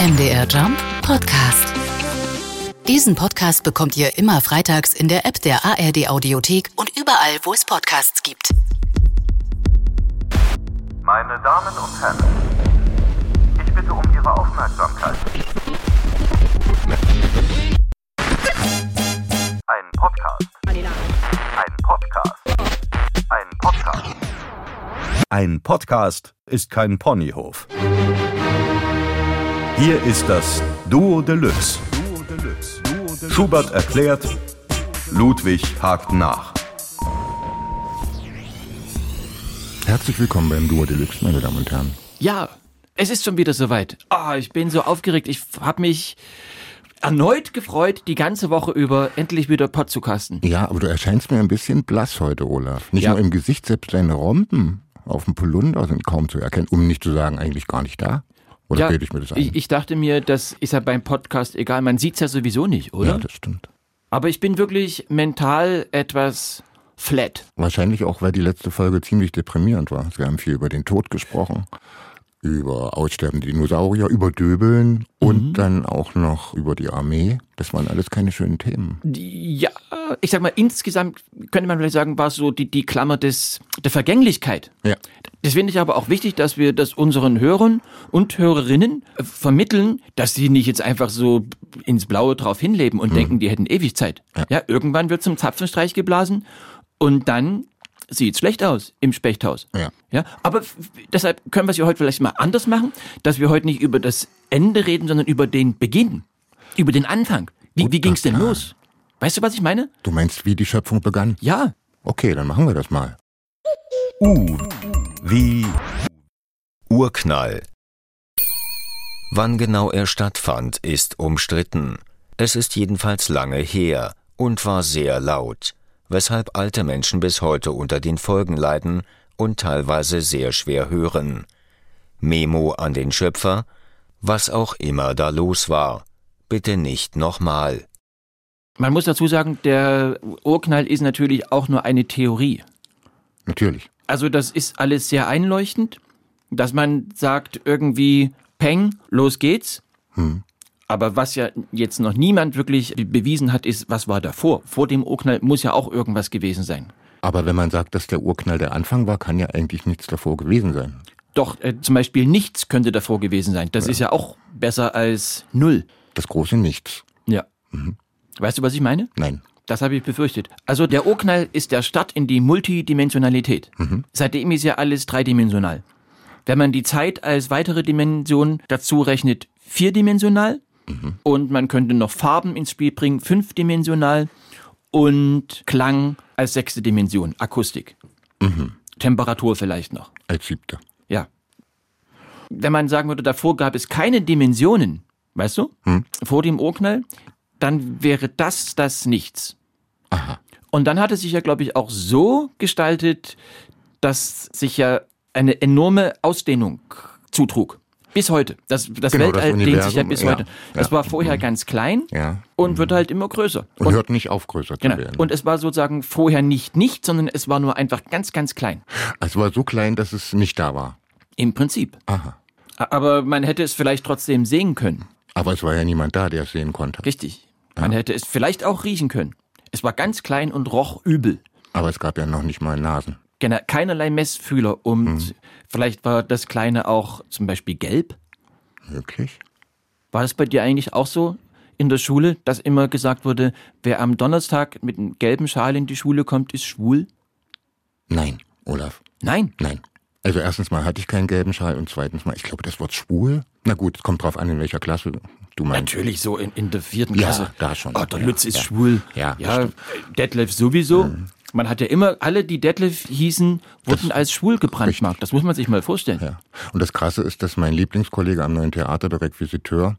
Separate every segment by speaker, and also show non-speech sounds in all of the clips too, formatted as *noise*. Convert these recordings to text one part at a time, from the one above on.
Speaker 1: MDR Jump Podcast. Diesen Podcast bekommt ihr immer freitags in der App der ARD Audiothek und überall, wo es Podcasts gibt.
Speaker 2: Meine Damen und Herren, ich bitte um Ihre Aufmerksamkeit. Ein Podcast. Ein Podcast. Ein Podcast.
Speaker 3: Ein Podcast ist kein Ponyhof. Hier ist das Duo Deluxe. Schubert erklärt, Ludwig hakt nach.
Speaker 4: Herzlich willkommen beim Duo Deluxe, meine Damen und Herren.
Speaker 5: Ja, es ist schon wieder soweit. Ah, ich bin so aufgeregt. Ich habe mich erneut gefreut, die ganze Woche über endlich wieder Pott zu kasten.
Speaker 4: Ja, aber du erscheinst mir ein bisschen blass heute, Olaf. Nicht
Speaker 5: Ja.
Speaker 4: nur im Gesicht, selbst deine Rompen auf dem Polunder sind kaum zu erkennen, um nicht zu sagen, eigentlich gar nicht Oh, da. Oder
Speaker 5: ja,
Speaker 4: bilde ich mir das ein?
Speaker 5: Ich, ich dachte mir, das ist ja beim Podcast egal. Man sieht's ja sowieso nicht,
Speaker 4: ja,
Speaker 5: oder?
Speaker 4: das stimmt.
Speaker 5: Aber ich bin wirklich mental etwas flat.
Speaker 4: Wahrscheinlich auch, weil die letzte Folge ziemlich deprimierend war. Wir haben viel über den Tod gesprochen, über aussterbende Dinosaurier, über Döbeln und dann auch noch über die Armee. Das waren alles keine schönen Themen.
Speaker 5: Ja, ich sag mal, insgesamt könnte man vielleicht sagen, war so die, die Klammer des, der Vergänglichkeit.
Speaker 4: Ja.
Speaker 5: Das finde ich aber auch wichtig, dass wir das unseren Hörern und Hörerinnen äh, vermitteln, dass sie nicht jetzt einfach so ins Blaue drauf hinleben und denken, die hätten ewig Zeit. Ja, irgendwann wird zum Zapfenstreich geblasen und dann sieht's schlecht aus im Spechthaus.
Speaker 4: Ja.
Speaker 5: Ja, aber f- deshalb können wir es ja heute vielleicht mal anders machen, dass wir heute nicht über das Ende reden, sondern über den Beginn, über den Anfang. Wie, wie ging's denn
Speaker 4: Plan.
Speaker 5: los? Weißt du, was ich meine?
Speaker 4: Du meinst, wie die Schöpfung begann?
Speaker 5: Ja,
Speaker 4: Okay, dann machen wir das mal.
Speaker 3: U wie Urknall.
Speaker 6: Wann genau er stattfand, ist umstritten. Es ist jedenfalls lange her und war sehr laut, weshalb alte Menschen bis heute unter den Folgen leiden und teilweise sehr schwer hören. Memo an den Schöpfer, was auch immer da los war, bitte nicht nochmal.
Speaker 5: Man muss dazu sagen, der Urknall ist natürlich auch nur eine Theorie.
Speaker 4: Natürlich.
Speaker 5: Also das ist alles sehr einleuchtend, dass man sagt irgendwie, Peng, los geht's. Aber was ja jetzt noch niemand wirklich bewiesen hat, ist, was war davor? Vor dem Urknall muss ja auch irgendwas gewesen sein.
Speaker 4: Aber wenn man sagt, dass der Urknall der Anfang war, kann ja eigentlich nichts davor gewesen sein.
Speaker 5: Doch äh, zum Beispiel nichts könnte davor gewesen sein. Das ist ja auch besser als null.
Speaker 4: Das große Nichts.
Speaker 5: Ja. Weißt du, was ich meine?
Speaker 4: Nein.
Speaker 5: Das habe ich befürchtet. Also der Urknall ist der Start in die Multidimensionalität. Seitdem ist ja alles dreidimensional. Wenn man die Zeit als weitere Dimension dazu rechnet, vierdimensional. Und man könnte noch Farben ins Spiel bringen, fünfdimensional. Und Klang als sechste Dimension, Akustik. Temperatur vielleicht noch.
Speaker 4: Als siebter.
Speaker 5: Ja. Wenn man sagen würde, davor gab es keine Dimensionen, weißt du,
Speaker 4: Hm.
Speaker 5: vor dem Urknall, dann wäre das das Nichts. Und dann hat es sich ja, glaube ich, auch so gestaltet, dass sich ja eine enorme Ausdehnung zutrug. Bis heute. Das, das
Speaker 4: Genau, das
Speaker 5: Weltall dehnt sich ja
Speaker 4: Universum,
Speaker 5: bis
Speaker 4: ja.
Speaker 5: heute.
Speaker 4: Ja.
Speaker 5: Das
Speaker 4: Mhm.
Speaker 5: war vorher ganz klein
Speaker 4: Ja. Mhm.
Speaker 5: und wird halt immer größer.
Speaker 4: Und, hört nicht auf, größer zu
Speaker 5: genau.
Speaker 4: werden.
Speaker 5: und es war sozusagen vorher nicht nicht, sondern es war nur einfach ganz, ganz klein.
Speaker 4: es war so klein, dass es nicht da war.
Speaker 5: Im Prinzip.
Speaker 4: Aha.
Speaker 5: A- Aber man hätte es vielleicht trotzdem sehen können.
Speaker 4: Aber es war ja niemand da, der es sehen konnte.
Speaker 5: Richtig. Man hätte es vielleicht auch riechen können. Es war ganz klein und roch übel.
Speaker 4: Aber es gab ja noch nicht mal Nasen.
Speaker 5: Genau, keinerlei Messfühler. Und vielleicht war das Kleine auch zum Beispiel gelb.
Speaker 4: Wirklich?
Speaker 5: War das bei dir eigentlich auch so in der Schule, dass immer gesagt wurde, wer am Donnerstag mit einem gelben Schal in die Schule kommt, ist schwul?
Speaker 4: Nein, Olaf.
Speaker 5: Nein.
Speaker 4: Nein. Also erstens mal hatte ich keinen gelben Schal und zweitens mal, ich glaube, das Wort schwul. Na gut, es kommt drauf an, in welcher Klasse du meinst.
Speaker 5: Natürlich so in, in der vierten
Speaker 4: Ja,
Speaker 5: Klasse.
Speaker 4: da schon.
Speaker 5: Oh, der
Speaker 4: Ja,
Speaker 5: Lütz ist
Speaker 4: ja.
Speaker 5: schwul.
Speaker 4: Ja, Mhm.
Speaker 5: ja äh, Detlef sowieso. Man hat ja immer, alle, die Detlef hießen, wurden als schwul gebrandmarkt. Das muss man sich mal vorstellen.
Speaker 4: Ja. Und das Krasse ist, dass mein Lieblingskollege am neuen Theater, der Requisiteur,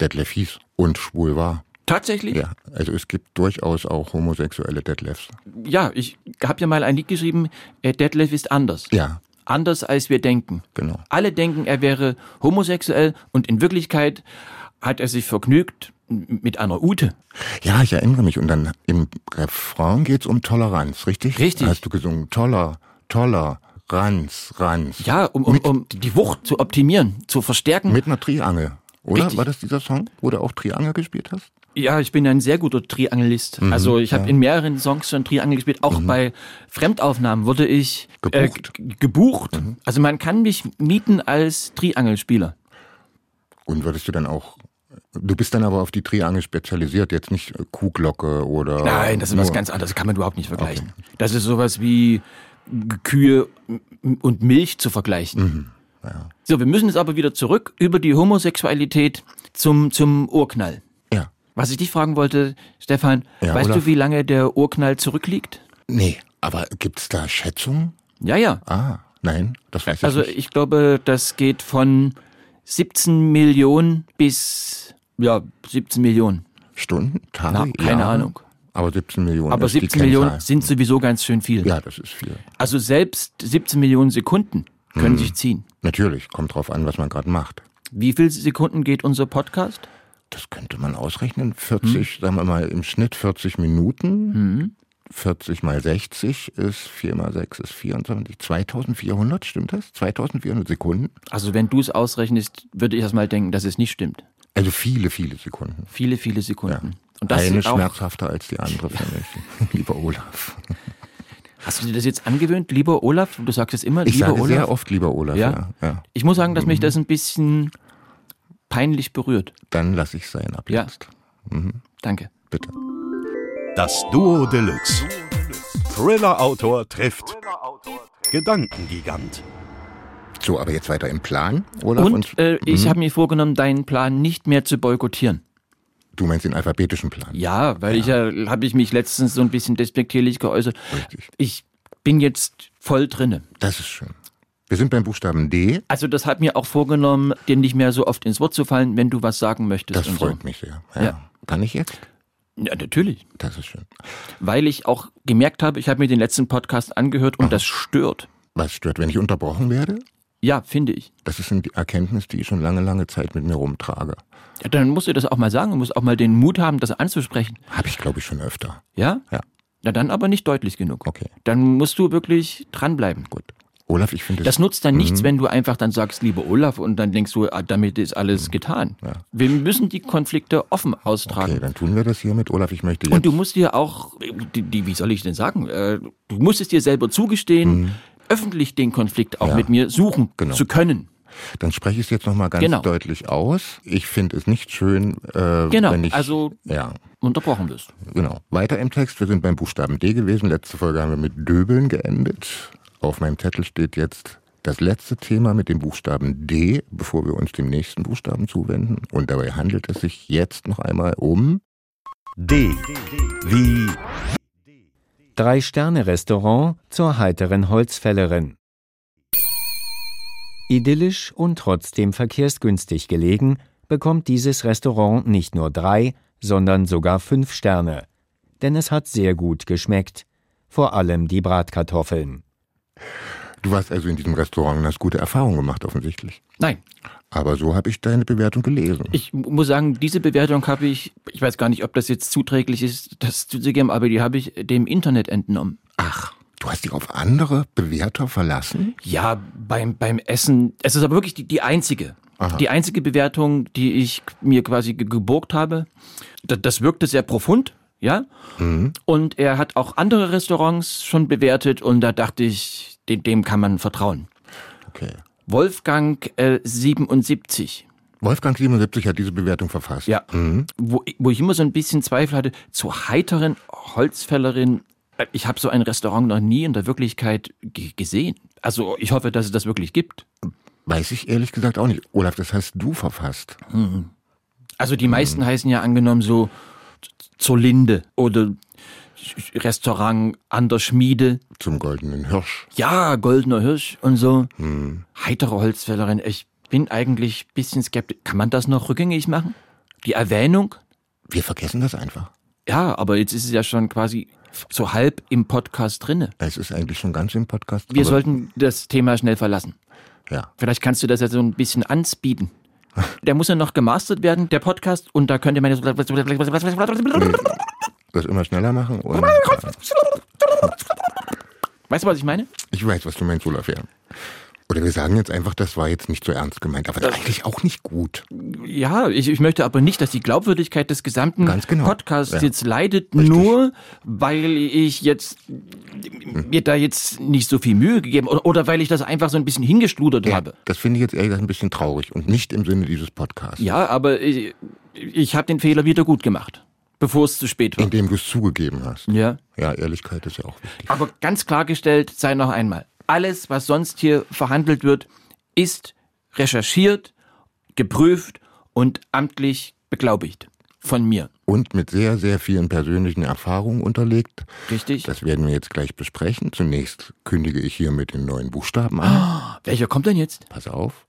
Speaker 4: Detlef hieß und schwul war.
Speaker 5: Tatsächlich?
Speaker 4: Ja, also es gibt durchaus auch homosexuelle Detlefs.
Speaker 5: Ja, ich habe ja mal ein Lied geschrieben, äh, Detlef ist anders.
Speaker 4: Ja,
Speaker 5: Anders als wir denken.
Speaker 4: Genau.
Speaker 5: Alle denken, er wäre homosexuell und in Wirklichkeit hat er sich vergnügt m- mit einer Ute.
Speaker 4: Ja, ich erinnere mich. Und dann im Refrain geht's um Toleranz, richtig?
Speaker 5: Richtig.
Speaker 4: Hast du gesungen, toller, toller, Ranz, Ranz.
Speaker 5: Ja, um, um, um die Wucht zu optimieren, zu verstärken.
Speaker 4: Mit einer Triangel, oder?
Speaker 5: Richtig.
Speaker 4: War das dieser Song, wo du auch Triangel gespielt hast?
Speaker 5: Ja, ich bin ein sehr guter Triangelist.
Speaker 4: Mhm.
Speaker 5: also ich habe in mehreren Songs schon Triangel gespielt. Auch bei Fremdaufnahmen wurde ich äh,
Speaker 4: Gebucht. Mhm.
Speaker 5: g- gebucht. Also man kann mich mieten als Triangelspieler.
Speaker 4: Oh, Und würdest du dann auch. Du bist dann aber auf die Triangel spezialisiert, jetzt nicht Kuhglocke oder.
Speaker 5: Nein, das ist was
Speaker 4: nur-
Speaker 5: ganz anderes. Das kann man überhaupt nicht vergleichen. Das ist sowas wie G- Kühe m- und Milch zu vergleichen.
Speaker 4: Mhm.
Speaker 5: So, wir müssen jetzt aber wieder zurück über die Homosexualität zum, zum Urknall.
Speaker 4: Ja.
Speaker 5: Was ich dich fragen wollte, Stefan,
Speaker 4: Ja,
Speaker 5: weißt
Speaker 4: Olaf.
Speaker 5: du, wie lange der Urknall zurückliegt?
Speaker 4: Nee, aber gibt's da Schätzungen?
Speaker 5: Ja, ja.
Speaker 4: Ah, nein, das weiß ich
Speaker 5: Also
Speaker 4: nicht.
Speaker 5: ich glaube, das geht von 17 Millionen bis ja 17 Millionen.
Speaker 4: Stunden, Tage,
Speaker 5: Na, keine
Speaker 4: Jahre?
Speaker 5: Ahnung.
Speaker 4: Aber 17 Millionen.
Speaker 5: Aber
Speaker 4: ist die
Speaker 5: 17 Millionen
Speaker 4: Kennzahl.
Speaker 5: sind sowieso ganz schön viel.
Speaker 4: Ja, das ist viel.
Speaker 5: Also selbst 17 Millionen Sekunden können
Speaker 4: Mhm.
Speaker 5: sich ziehen.
Speaker 4: Natürlich, kommt drauf an, was man gerade macht.
Speaker 5: Wie viele Sekunden geht unser Podcast?
Speaker 4: Das könnte man ausrechnen.
Speaker 5: Hm.
Speaker 4: 40, sagen wir mal, im Schnitt 40 Minuten. 40 mal 60 ist 4 mal 6 ist 24. 2400, stimmt das? 2400 Sekunden?
Speaker 5: Also wenn du es ausrechnest, würde ich erstmal denken, dass es nicht stimmt.
Speaker 4: Also viele, viele Sekunden.
Speaker 5: Viele, viele Sekunden. Und das
Speaker 4: Eine
Speaker 5: sind auch,
Speaker 4: schmerzhafter als die
Speaker 5: *laughs*
Speaker 4: andere, finde ich. Lieber Olaf.
Speaker 5: hast du dir das jetzt angewöhnt, lieber Olaf? Du sagst es immer,
Speaker 4: Ich
Speaker 5: lieber
Speaker 4: sage
Speaker 5: Olaf.
Speaker 4: sehr Mhm. oft lieber Olaf, ja.
Speaker 5: Ja?
Speaker 4: ja.
Speaker 5: Ich muss sagen, dass mich das ein bisschen peinlich berührt.
Speaker 4: Dann lasse ich sein ab
Speaker 5: Ja.
Speaker 4: jetzt.
Speaker 5: Danke.
Speaker 4: Bitte.
Speaker 3: Das Duo Deluxe. Thriller-Autor trifft Gedankengigant.
Speaker 4: So, aber jetzt weiter im Plan, Olaf.
Speaker 5: Und äh,
Speaker 4: Mhm.
Speaker 5: ich habe mir vorgenommen, deinen Plan nicht mehr zu boykottieren.
Speaker 4: du meinst den alphabetischen Plan.
Speaker 5: Ja, weil ich ja, habe ich mich letztens so ein bisschen despektierlich geäußert.
Speaker 4: Richtig.
Speaker 5: Ich bin jetzt voll drinne.
Speaker 4: Das ist schön. Wir sind beim Buchstaben D.
Speaker 5: Also das hat mir auch vorgenommen, dir nicht mehr so oft ins Wort zu fallen, wenn du was sagen möchtest.
Speaker 4: Das
Speaker 5: und
Speaker 4: freut mich sehr.
Speaker 5: Ja.
Speaker 4: Kann ich jetzt?
Speaker 5: so. Ja, natürlich.
Speaker 4: Das ist schön.
Speaker 5: Weil ich auch gemerkt habe, ich habe mir den letzten Podcast angehört und das stört.
Speaker 4: Was stört, wenn ich unterbrochen werde?
Speaker 5: Ja, finde ich.
Speaker 4: Das ist eine Erkenntnis, die ich schon lange, lange Zeit mit mir rumtrage.
Speaker 5: Ja, dann musst du das auch mal sagen und musst auch mal den Mut haben, das anzusprechen.
Speaker 4: Habe ich, glaube ich, schon öfter.
Speaker 5: Ja?
Speaker 4: Ja.
Speaker 5: Na dann aber nicht deutlich genug.
Speaker 4: Okay.
Speaker 5: Dann musst du wirklich dranbleiben.
Speaker 4: Gut. Olaf, ich finde
Speaker 5: Das
Speaker 4: es.
Speaker 5: nutzt dann nichts, wenn du einfach dann sagst, liebe Olaf, und dann denkst du, ah, damit ist
Speaker 4: Mhm.
Speaker 5: alles getan. Wir müssen die Konflikte offen austragen.
Speaker 4: Okay, dann tun wir das hier mit Olaf. Ich möchte jetzt.
Speaker 5: Und du musst dir auch, äh, die, die, wie soll ich denn sagen, äh, du musst es dir selber zugestehen, öffentlich den Konflikt auch mit mir suchen
Speaker 4: Mhm. Genau.
Speaker 5: zu können.
Speaker 4: dann spreche ich es jetzt nochmal ganz
Speaker 5: Genau.
Speaker 4: deutlich aus. Ich finde es nicht schön, äh,
Speaker 5: Genau,
Speaker 4: wenn ich.
Speaker 5: also-
Speaker 4: Ja,
Speaker 5: Unterbrochen wirst.
Speaker 4: genau. Weiter im Text. Wir sind beim Buchstaben D gewesen. Letzte Folge haben wir mit Döbeln geendet. Auf meinem Zettel steht jetzt das letzte Thema mit dem Buchstaben D, bevor wir uns dem nächsten Buchstaben zuwenden. Und dabei handelt es sich jetzt noch einmal um
Speaker 3: D wie
Speaker 6: Drei-Sterne-Restaurant zur heiteren Holzfällerin. Idyllisch und trotzdem verkehrsgünstig gelegen, bekommt dieses Restaurant nicht nur drei, sondern sogar fünf Sterne. Denn es hat sehr gut geschmeckt. Vor allem die Bratkartoffeln.
Speaker 4: Du warst also in diesem Restaurant und hast gute Erfahrungen gemacht, offensichtlich.
Speaker 5: Nein,
Speaker 4: Aber so habe ich deine Bewertung gelesen.
Speaker 5: ich mu- muss sagen, diese Bewertung habe ich, ich weiß gar nicht, ob das jetzt zuträglich ist, das zuzugeben, aber die habe ich dem Internet entnommen.
Speaker 4: Ach, du hast dich auf andere Bewerter verlassen?
Speaker 5: Ja, beim, beim Essen. Es ist aber wirklich die, die einzige. Die einzige Bewertung, die ich mir quasi ge- geborgt habe. Das, das wirkte sehr profund, ja. Und er hat auch andere Restaurants schon bewertet und da dachte ich, dem, dem kann man vertrauen.
Speaker 4: Okay.
Speaker 5: Wolfgang äh, 77,
Speaker 4: Wolfgang 77 hat diese Bewertung verfasst.
Speaker 5: ja. Wo, ich- wo ich immer so ein bisschen Zweifel hatte, zur heiteren Holzfällerin. Äh, Ich habe so ein Restaurant noch nie in der Wirklichkeit ge- gesehen. Also ich hoffe, dass es das wirklich gibt.
Speaker 4: Weiß ich ehrlich gesagt auch nicht. Olaf, das hast du verfasst.
Speaker 5: Also die meisten heißen ja angenommen so Z- zur Linde oder Sch- Restaurant an der Schmiede.
Speaker 4: Zum goldenen Hirsch.
Speaker 5: Ja, Goldener Hirsch und so. Heitere Holzfällerin. Ich bin eigentlich ein bisschen skeptisch. Kann man das noch rückgängig machen? Die Erwähnung?
Speaker 4: Wir vergessen das einfach.
Speaker 5: Ja, aber jetzt ist es ja schon quasi so halb im Podcast drinne.
Speaker 4: Es ist eigentlich schon ganz im Podcast.
Speaker 5: Wir
Speaker 4: aber-
Speaker 5: sollten das Thema schnell verlassen.
Speaker 4: Ja.
Speaker 5: Vielleicht kannst du das ja so ein bisschen anspeeden. Der muss ja noch gemastert werden, der Podcast, und da könnte man jetzt. Oh
Speaker 4: äh, Das immer schneller machen und.
Speaker 5: Weißt du, was ich meine?
Speaker 4: Ich weiß, was du meinst, Olaf, ja. Oder wir sagen jetzt einfach, das war jetzt nicht so ernst gemeint, aber eigentlich auch nicht gut.
Speaker 5: Ja, ich, ich möchte aber nicht, dass die Glaubwürdigkeit des gesamten
Speaker 4: Ganz genau.
Speaker 5: Podcasts
Speaker 4: Ja.
Speaker 5: jetzt leidet, nur weil ich jetzt mir da jetzt nicht so viel Mühe gegeben oder, oder weil ich das einfach so ein bisschen hingeschludert
Speaker 4: Ja,
Speaker 5: habe.
Speaker 4: das finde ich jetzt ehrlich gesagt ein bisschen traurig und nicht im Sinne dieses Podcasts,
Speaker 5: Ja, aber ich, ich habe den Fehler wieder gut gemacht, bevor es zu spät war.
Speaker 4: indem du es zugegeben hast.
Speaker 5: Ja.
Speaker 4: Ja, Ehrlichkeit ist ja auch wichtig.
Speaker 5: Aber ganz klargestellt sei noch einmal, alles, was sonst hier verhandelt wird, ist recherchiert, geprüft und amtlich beglaubigt. Von mir.
Speaker 4: Und mit sehr, sehr vielen persönlichen Erfahrungen unterlegt.
Speaker 5: Richtig?
Speaker 4: Das werden wir jetzt gleich besprechen. Zunächst kündige ich hier mit den neuen Buchstaben
Speaker 5: Ah.
Speaker 4: an.
Speaker 5: Welcher kommt denn jetzt?
Speaker 4: Pass auf.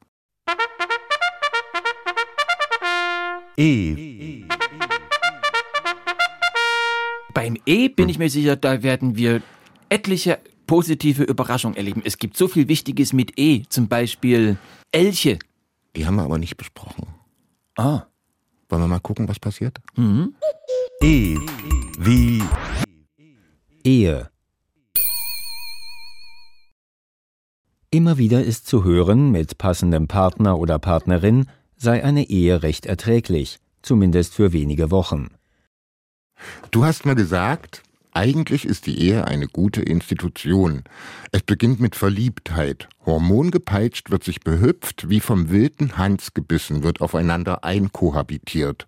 Speaker 3: E,
Speaker 5: Beim E bin ich mir sicher, da werden wir etliche positive Überraschungen erleben. Es gibt so viel Wichtiges mit E, zum Beispiel Elche.
Speaker 4: Die haben wir aber nicht besprochen.
Speaker 5: Ah.
Speaker 4: Wollen wir mal gucken, was passiert?
Speaker 3: E wie
Speaker 6: Ehe. Immer wieder ist zu hören, mit passendem Partner oder Partnerin sei eine Ehe recht erträglich, zumindest für wenige Wochen.
Speaker 4: Du hast mir gesagt, eigentlich ist die Ehe eine gute Institution. Es beginnt mit Verliebtheit. Hormongepeitscht wird sich behüpft, wie vom wilden Hans gebissen, wird aufeinander einkohabitiert.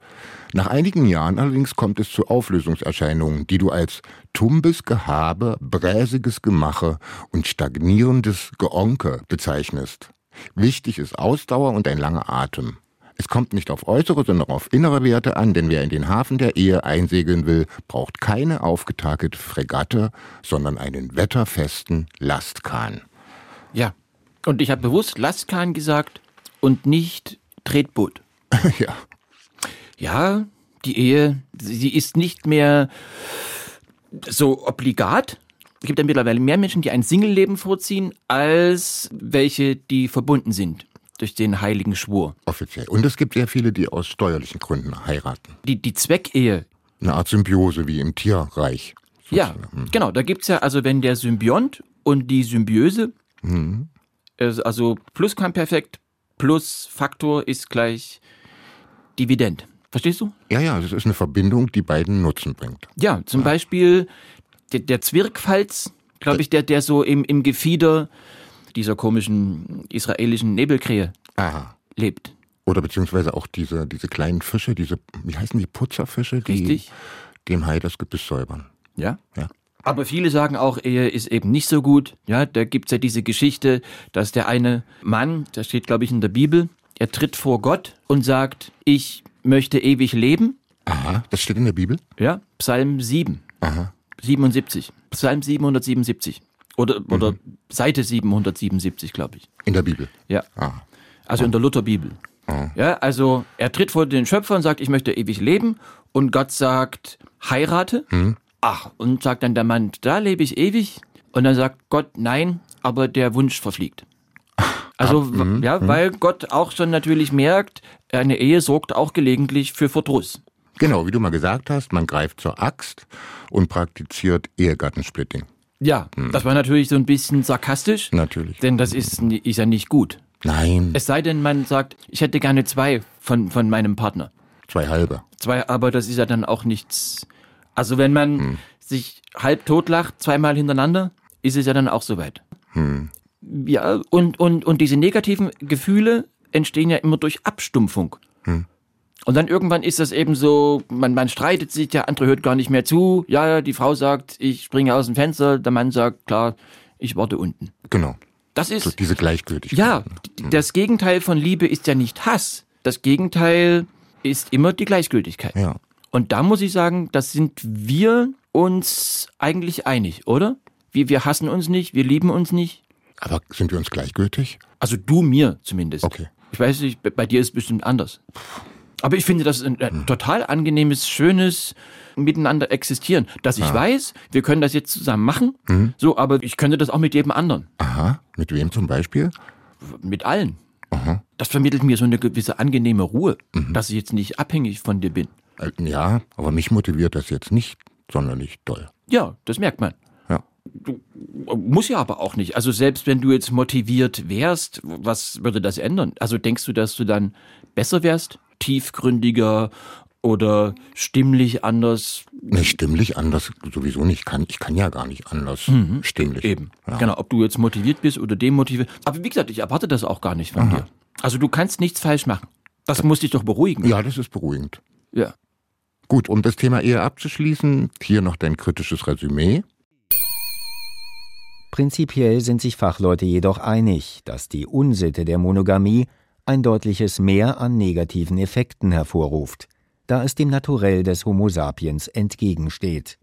Speaker 4: Nach einigen Jahren allerdings kommt es zu Auflösungserscheinungen, die du als tumbes Gehabe, bräsiges Gemache und stagnierendes Geonke bezeichnest. Wichtig ist Ausdauer und ein langer Atem. Es kommt nicht auf äußere, sondern auf innere Werte an, denn wer in den Hafen der Ehe einsegeln will, braucht keine aufgetakelte Fregatte, sondern einen wetterfesten Lastkahn. *laughs*
Speaker 5: Ja. Und ich habe bewusst Lastkahn gesagt und nicht Tretboot.
Speaker 4: ja,
Speaker 5: Ja, die Ehe, sie ist nicht mehr so obligat. Es gibt ja mittlerweile mehr Menschen, die ein Single-Leben vorziehen, als welche, die verbunden sind durch den heiligen Schwur.
Speaker 4: offiziell. Und es gibt sehr viele, die aus steuerlichen Gründen heiraten.
Speaker 5: Die, die Zweckehe
Speaker 4: Eine Art Symbiose wie im Tierreich.
Speaker 5: Ja, genau. Da gibt's ja, also wenn der Symbiont und die Symbiose, also- also Plusquamperfekt plus Faktor ist gleich Dividend. Verstehst du?
Speaker 4: Ja, ja, das ist eine Verbindung, die beiden Nutzen bringt.
Speaker 5: Ja, Äh. zum Beispiel der, der Zwirkfalz, glaube ich, der, der so im, im Gefieder dieser komischen israelischen Nebelkrähe
Speaker 4: Aha.
Speaker 5: lebt.
Speaker 4: Oder beziehungsweise auch diese, diese kleinen Fische, diese, wie heißen die, Putzerfische, die
Speaker 5: Richtig?
Speaker 4: dem Hai das Gebiss säubern.
Speaker 5: Ja.
Speaker 4: Ja.
Speaker 5: Aber viele sagen auch, Ehe ist eben nicht so gut. Ja, da gibt's ja diese Geschichte, dass der eine Mann, das steht glaube ich in der Bibel, er tritt vor Gott und sagt, ich möchte ewig leben.
Speaker 4: Aha, das steht in der Bibel?
Speaker 5: Ja, Psalm 7,
Speaker 4: Aha.
Speaker 5: 77. Psalm 777. Oder, oder
Speaker 4: Mhm.
Speaker 5: Seite 777, glaube ich.
Speaker 4: In der Bibel.
Speaker 5: Ja.
Speaker 4: Ah.
Speaker 5: Also in der Lutherbibel. Ja, also er tritt vor den Schöpfer und sagt, ich möchte ewig leben. Und Gott sagt, heirate.
Speaker 4: Hm.
Speaker 5: Ach, und sagt dann der Mann, da lebe ich ewig. Und dann sagt Gott, nein, aber der Wunsch verfliegt.
Speaker 4: Ah.
Speaker 5: Also, w-
Speaker 4: Hm.
Speaker 5: ja, weil Gott auch schon natürlich merkt, eine Ehe sorgt auch gelegentlich für Verdruss.
Speaker 4: Genau, wie du mal gesagt hast, man greift zur Axt und praktiziert Ehegattensplitting.
Speaker 5: Ja, das war natürlich so ein bisschen sarkastisch.
Speaker 4: Hm. Natürlich.
Speaker 5: Denn das ist, ni- ist ja nicht gut.
Speaker 4: Nein,
Speaker 5: Es sei denn, man sagt, ich hätte gerne zwei von, von meinem Partner.
Speaker 4: zwei halbe.
Speaker 5: Zwei, aber das ist ja dann auch nichts. Also wenn man sich halb tot lacht, zweimal hintereinander, ist es ja dann auch soweit. Ja, und, und, und diese negativen Gefühle entstehen ja immer durch Abstumpfung. Und dann irgendwann ist das eben so, man, man streitet sich, der andere hört gar nicht mehr zu. Ja, die Frau sagt, ich springe aus dem Fenster, der Mann sagt, klar, ich warte unten.
Speaker 4: Genau,
Speaker 5: Das ist
Speaker 4: so diese Gleichgültigkeit.
Speaker 5: ja, d-
Speaker 4: Mhm.
Speaker 5: das Gegenteil von Liebe ist ja nicht Hass. Das Gegenteil ist immer die Gleichgültigkeit.
Speaker 4: Ja.
Speaker 5: Und da muss ich sagen, das sind wir uns eigentlich einig, oder? Wir, wir hassen uns nicht, wir lieben uns nicht.
Speaker 4: Aber sind wir uns gleichgültig?
Speaker 5: Also du mir zumindest.
Speaker 4: Okay.
Speaker 5: Ich weiß nicht, bei- bei dir ist es bestimmt anders. Aber ich finde, das ist ein äh,
Speaker 4: Hm.
Speaker 5: total angenehmes, schönes Miteinander existieren. Dass ich weiß, wir können das jetzt zusammen machen,
Speaker 4: Mhm.
Speaker 5: so, aber ich könnte das auch mit jedem anderen.
Speaker 4: Aha, mit wem zum Beispiel?
Speaker 5: mit allen. Das vermittelt mir so eine gewisse angenehme Ruhe, dass ich jetzt nicht abhängig von dir bin.
Speaker 4: Äh, Ja, aber mich motiviert das jetzt nicht sonderlich doll.
Speaker 5: Ja, das merkt man.
Speaker 4: Ja.
Speaker 5: Du, muss ja aber auch nicht. Also selbst wenn du jetzt motiviert wärst, was würde das ändern? Also denkst du, dass du dann besser wärst, tiefgründiger oder stimmlich anders?
Speaker 4: Nee, stimmlich anders sowieso nicht. Kann, ich kann ja gar nicht anders stimmlich.
Speaker 5: Mhm. E-, Eben.
Speaker 4: Ja.
Speaker 5: Genau, ob du jetzt motiviert bist oder demotiviert. Aber wie gesagt, ich erwarte das auch gar nicht von dir. Also du kannst nichts falsch machen. Das muss dich doch beruhigen.
Speaker 4: Ja, das ist beruhigend.
Speaker 5: ja.
Speaker 4: Gut, um das Thema Ehe abzuschließen, hier noch dein kritisches Resümee.
Speaker 6: Prinzipiell sind sich Fachleute jedoch einig, dass die Unsitte der Monogamie ein deutliches Mehr an negativen Effekten hervorruft, da es dem Naturell des Homo sapiens entgegensteht.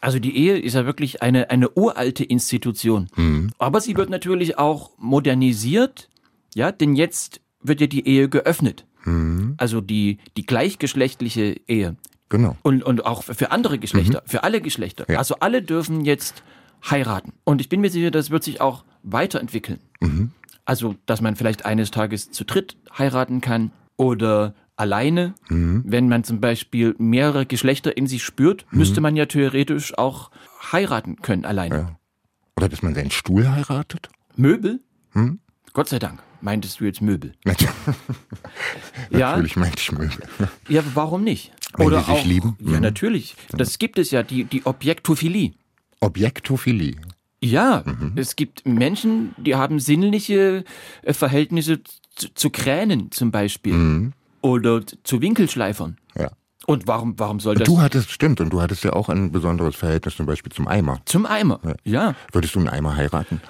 Speaker 5: Also die Ehe ist ja wirklich eine, eine uralte Institution. Aber sie wird natürlich auch modernisiert, ja, denn jetzt wird ja die Ehe geöffnet. Also die, die gleichgeschlechtliche Ehe.
Speaker 4: Genau.
Speaker 5: Und, und auch für andere Geschlechter, für alle Geschlechter.
Speaker 4: Mhm. Ja.
Speaker 5: Also alle dürfen jetzt heiraten. Und ich bin mir sicher, das wird sich auch weiterentwickeln.
Speaker 4: Mhm.
Speaker 5: Also, dass man vielleicht eines Tages zu dritt heiraten kann oder alleine.
Speaker 4: Mhm.
Speaker 5: Wenn man zum Beispiel mehrere Geschlechter in sich spürt, müsste man ja theoretisch auch heiraten können alleine.
Speaker 4: Ja. Oder dass man seinen Stuhl heiratet.
Speaker 5: Möbel?
Speaker 4: Mhm.
Speaker 5: Gott sei Dank. Meintest du
Speaker 4: *laughs*
Speaker 5: jetzt Möbel? Ah.
Speaker 4: Natürlich meinte ich Möbel.
Speaker 5: Ja, ja, warum nicht?
Speaker 4: Wenn die sich lieben?
Speaker 5: Ja,
Speaker 4: Mhm.
Speaker 5: natürlich. Das gibt es ja, die, die Objektophilie.
Speaker 4: Objektophilie.
Speaker 5: Ja,
Speaker 4: Mhm.
Speaker 5: es gibt Menschen, die haben sinnliche äh, Verhältnisse zu, zu Kränen zum Beispiel oder zu Winkelschleifern.
Speaker 4: Mhm. Ja.
Speaker 5: Und warum, warum soll das
Speaker 4: Du hattest, stimmt, und du hattest ja auch ein besonderes Verhältnis zum Beispiel zum Eimer.
Speaker 5: zum Eimer? Ja.
Speaker 4: Würdest du einen Eimer heiraten?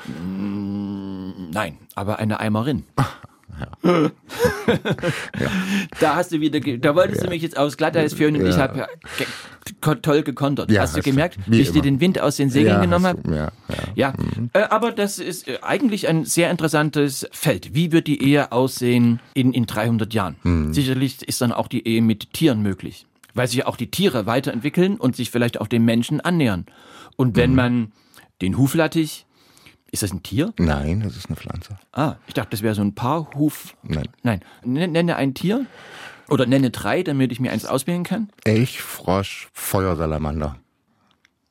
Speaker 5: nein, aber
Speaker 4: *laughs*
Speaker 5: eine Eimerin. Da hast du wieder, ge- da wolltest du mich jetzt aufs Glatteis führen und ich
Speaker 4: Ja.
Speaker 5: habe ge- ko- toll gekontert.
Speaker 4: Ja,
Speaker 5: hast du
Speaker 4: hast du.
Speaker 5: gemerkt,
Speaker 4: Wie
Speaker 5: wie ich dir
Speaker 4: immer.
Speaker 5: den Wind aus den Segeln genommen
Speaker 4: hast
Speaker 5: habe?
Speaker 4: du- Ja, ja.
Speaker 5: Ja, äh, aber das ist äh, eigentlich ein sehr interessantes Feld. Wie wird die Ehe aussehen in, in 300 Jahren? Sicherlich ist dann auch die Ehe mit Tieren möglich, weil sich auch die Tiere weiterentwickeln und sich vielleicht auch dem Menschen annähern. Und wenn man den Huflattich, ist das ein Tier?
Speaker 4: Nein, das ist eine Pflanze.
Speaker 5: Ah, ich dachte, das wäre so ein paar Huf.
Speaker 4: Nein.
Speaker 5: Nein, N- nenne ein Tier oder nenne drei, damit ich mir eins auswählen kann.
Speaker 4: Elch, Frosch, Feuersalamander.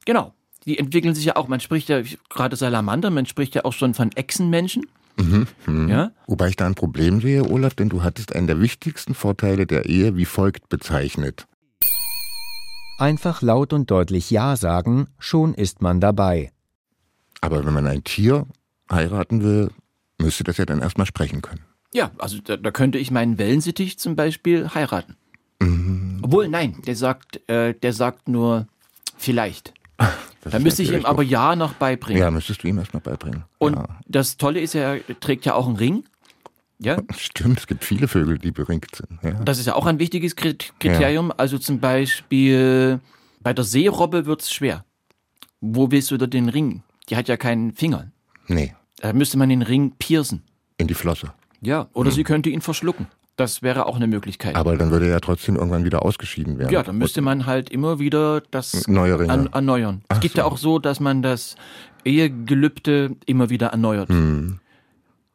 Speaker 5: Genau. Die entwickeln sich ja auch. Man spricht ja gerade Salamander, man spricht ja auch schon von Echsenmenschen. Ja,
Speaker 4: Wobei ich da ein Problem sehe, Olaf, denn du hattest einen der wichtigsten Vorteile der Ehe wie folgt bezeichnet.
Speaker 6: Einfach laut und deutlich Ja sagen, schon ist man dabei.
Speaker 4: Aber wenn man ein Tier heiraten will, müsste das ja dann erstmal sprechen können.
Speaker 5: ja also da, da könnte ich meinen Wellensittich zum Beispiel heiraten.
Speaker 4: Mhm.
Speaker 5: Obwohl, nein, der sagt, äh, der sagt nur vielleicht.
Speaker 4: Das
Speaker 5: Da
Speaker 4: ist
Speaker 5: müsste ich ihm
Speaker 4: natürlich
Speaker 5: aber
Speaker 4: doof.
Speaker 5: Ja noch beibringen.
Speaker 4: Ja, müsstest du ihm erstmal beibringen.
Speaker 5: Und
Speaker 4: ja. *laughs*
Speaker 5: das Tolle ist, er trägt ja auch einen Ring. Ja,
Speaker 4: Stimmt, es gibt viele Vögel, die beringt sind. Ja.
Speaker 5: das ist ja auch ein wichtiges Krit- Kriterium. Also zum Beispiel bei der Seerobbe wird's schwer. Wo willst du da den Ring? Die hat ja keinen Finger.
Speaker 4: Nee,
Speaker 5: Da müsste man den Ring piercen.
Speaker 4: in die Flosse.
Speaker 5: Ja. Oder sie könnte ihn verschlucken. Das wäre auch eine Möglichkeit.
Speaker 4: Hm. Aber dann würde er ja trotzdem irgendwann wieder ausgeschieden werden.
Speaker 5: ja, dann müsste man halt immer wieder das
Speaker 4: Neue Ringe.
Speaker 5: an, erneuern. es gibt ja auch so, dass man das Ehegelübde immer wieder erneuert.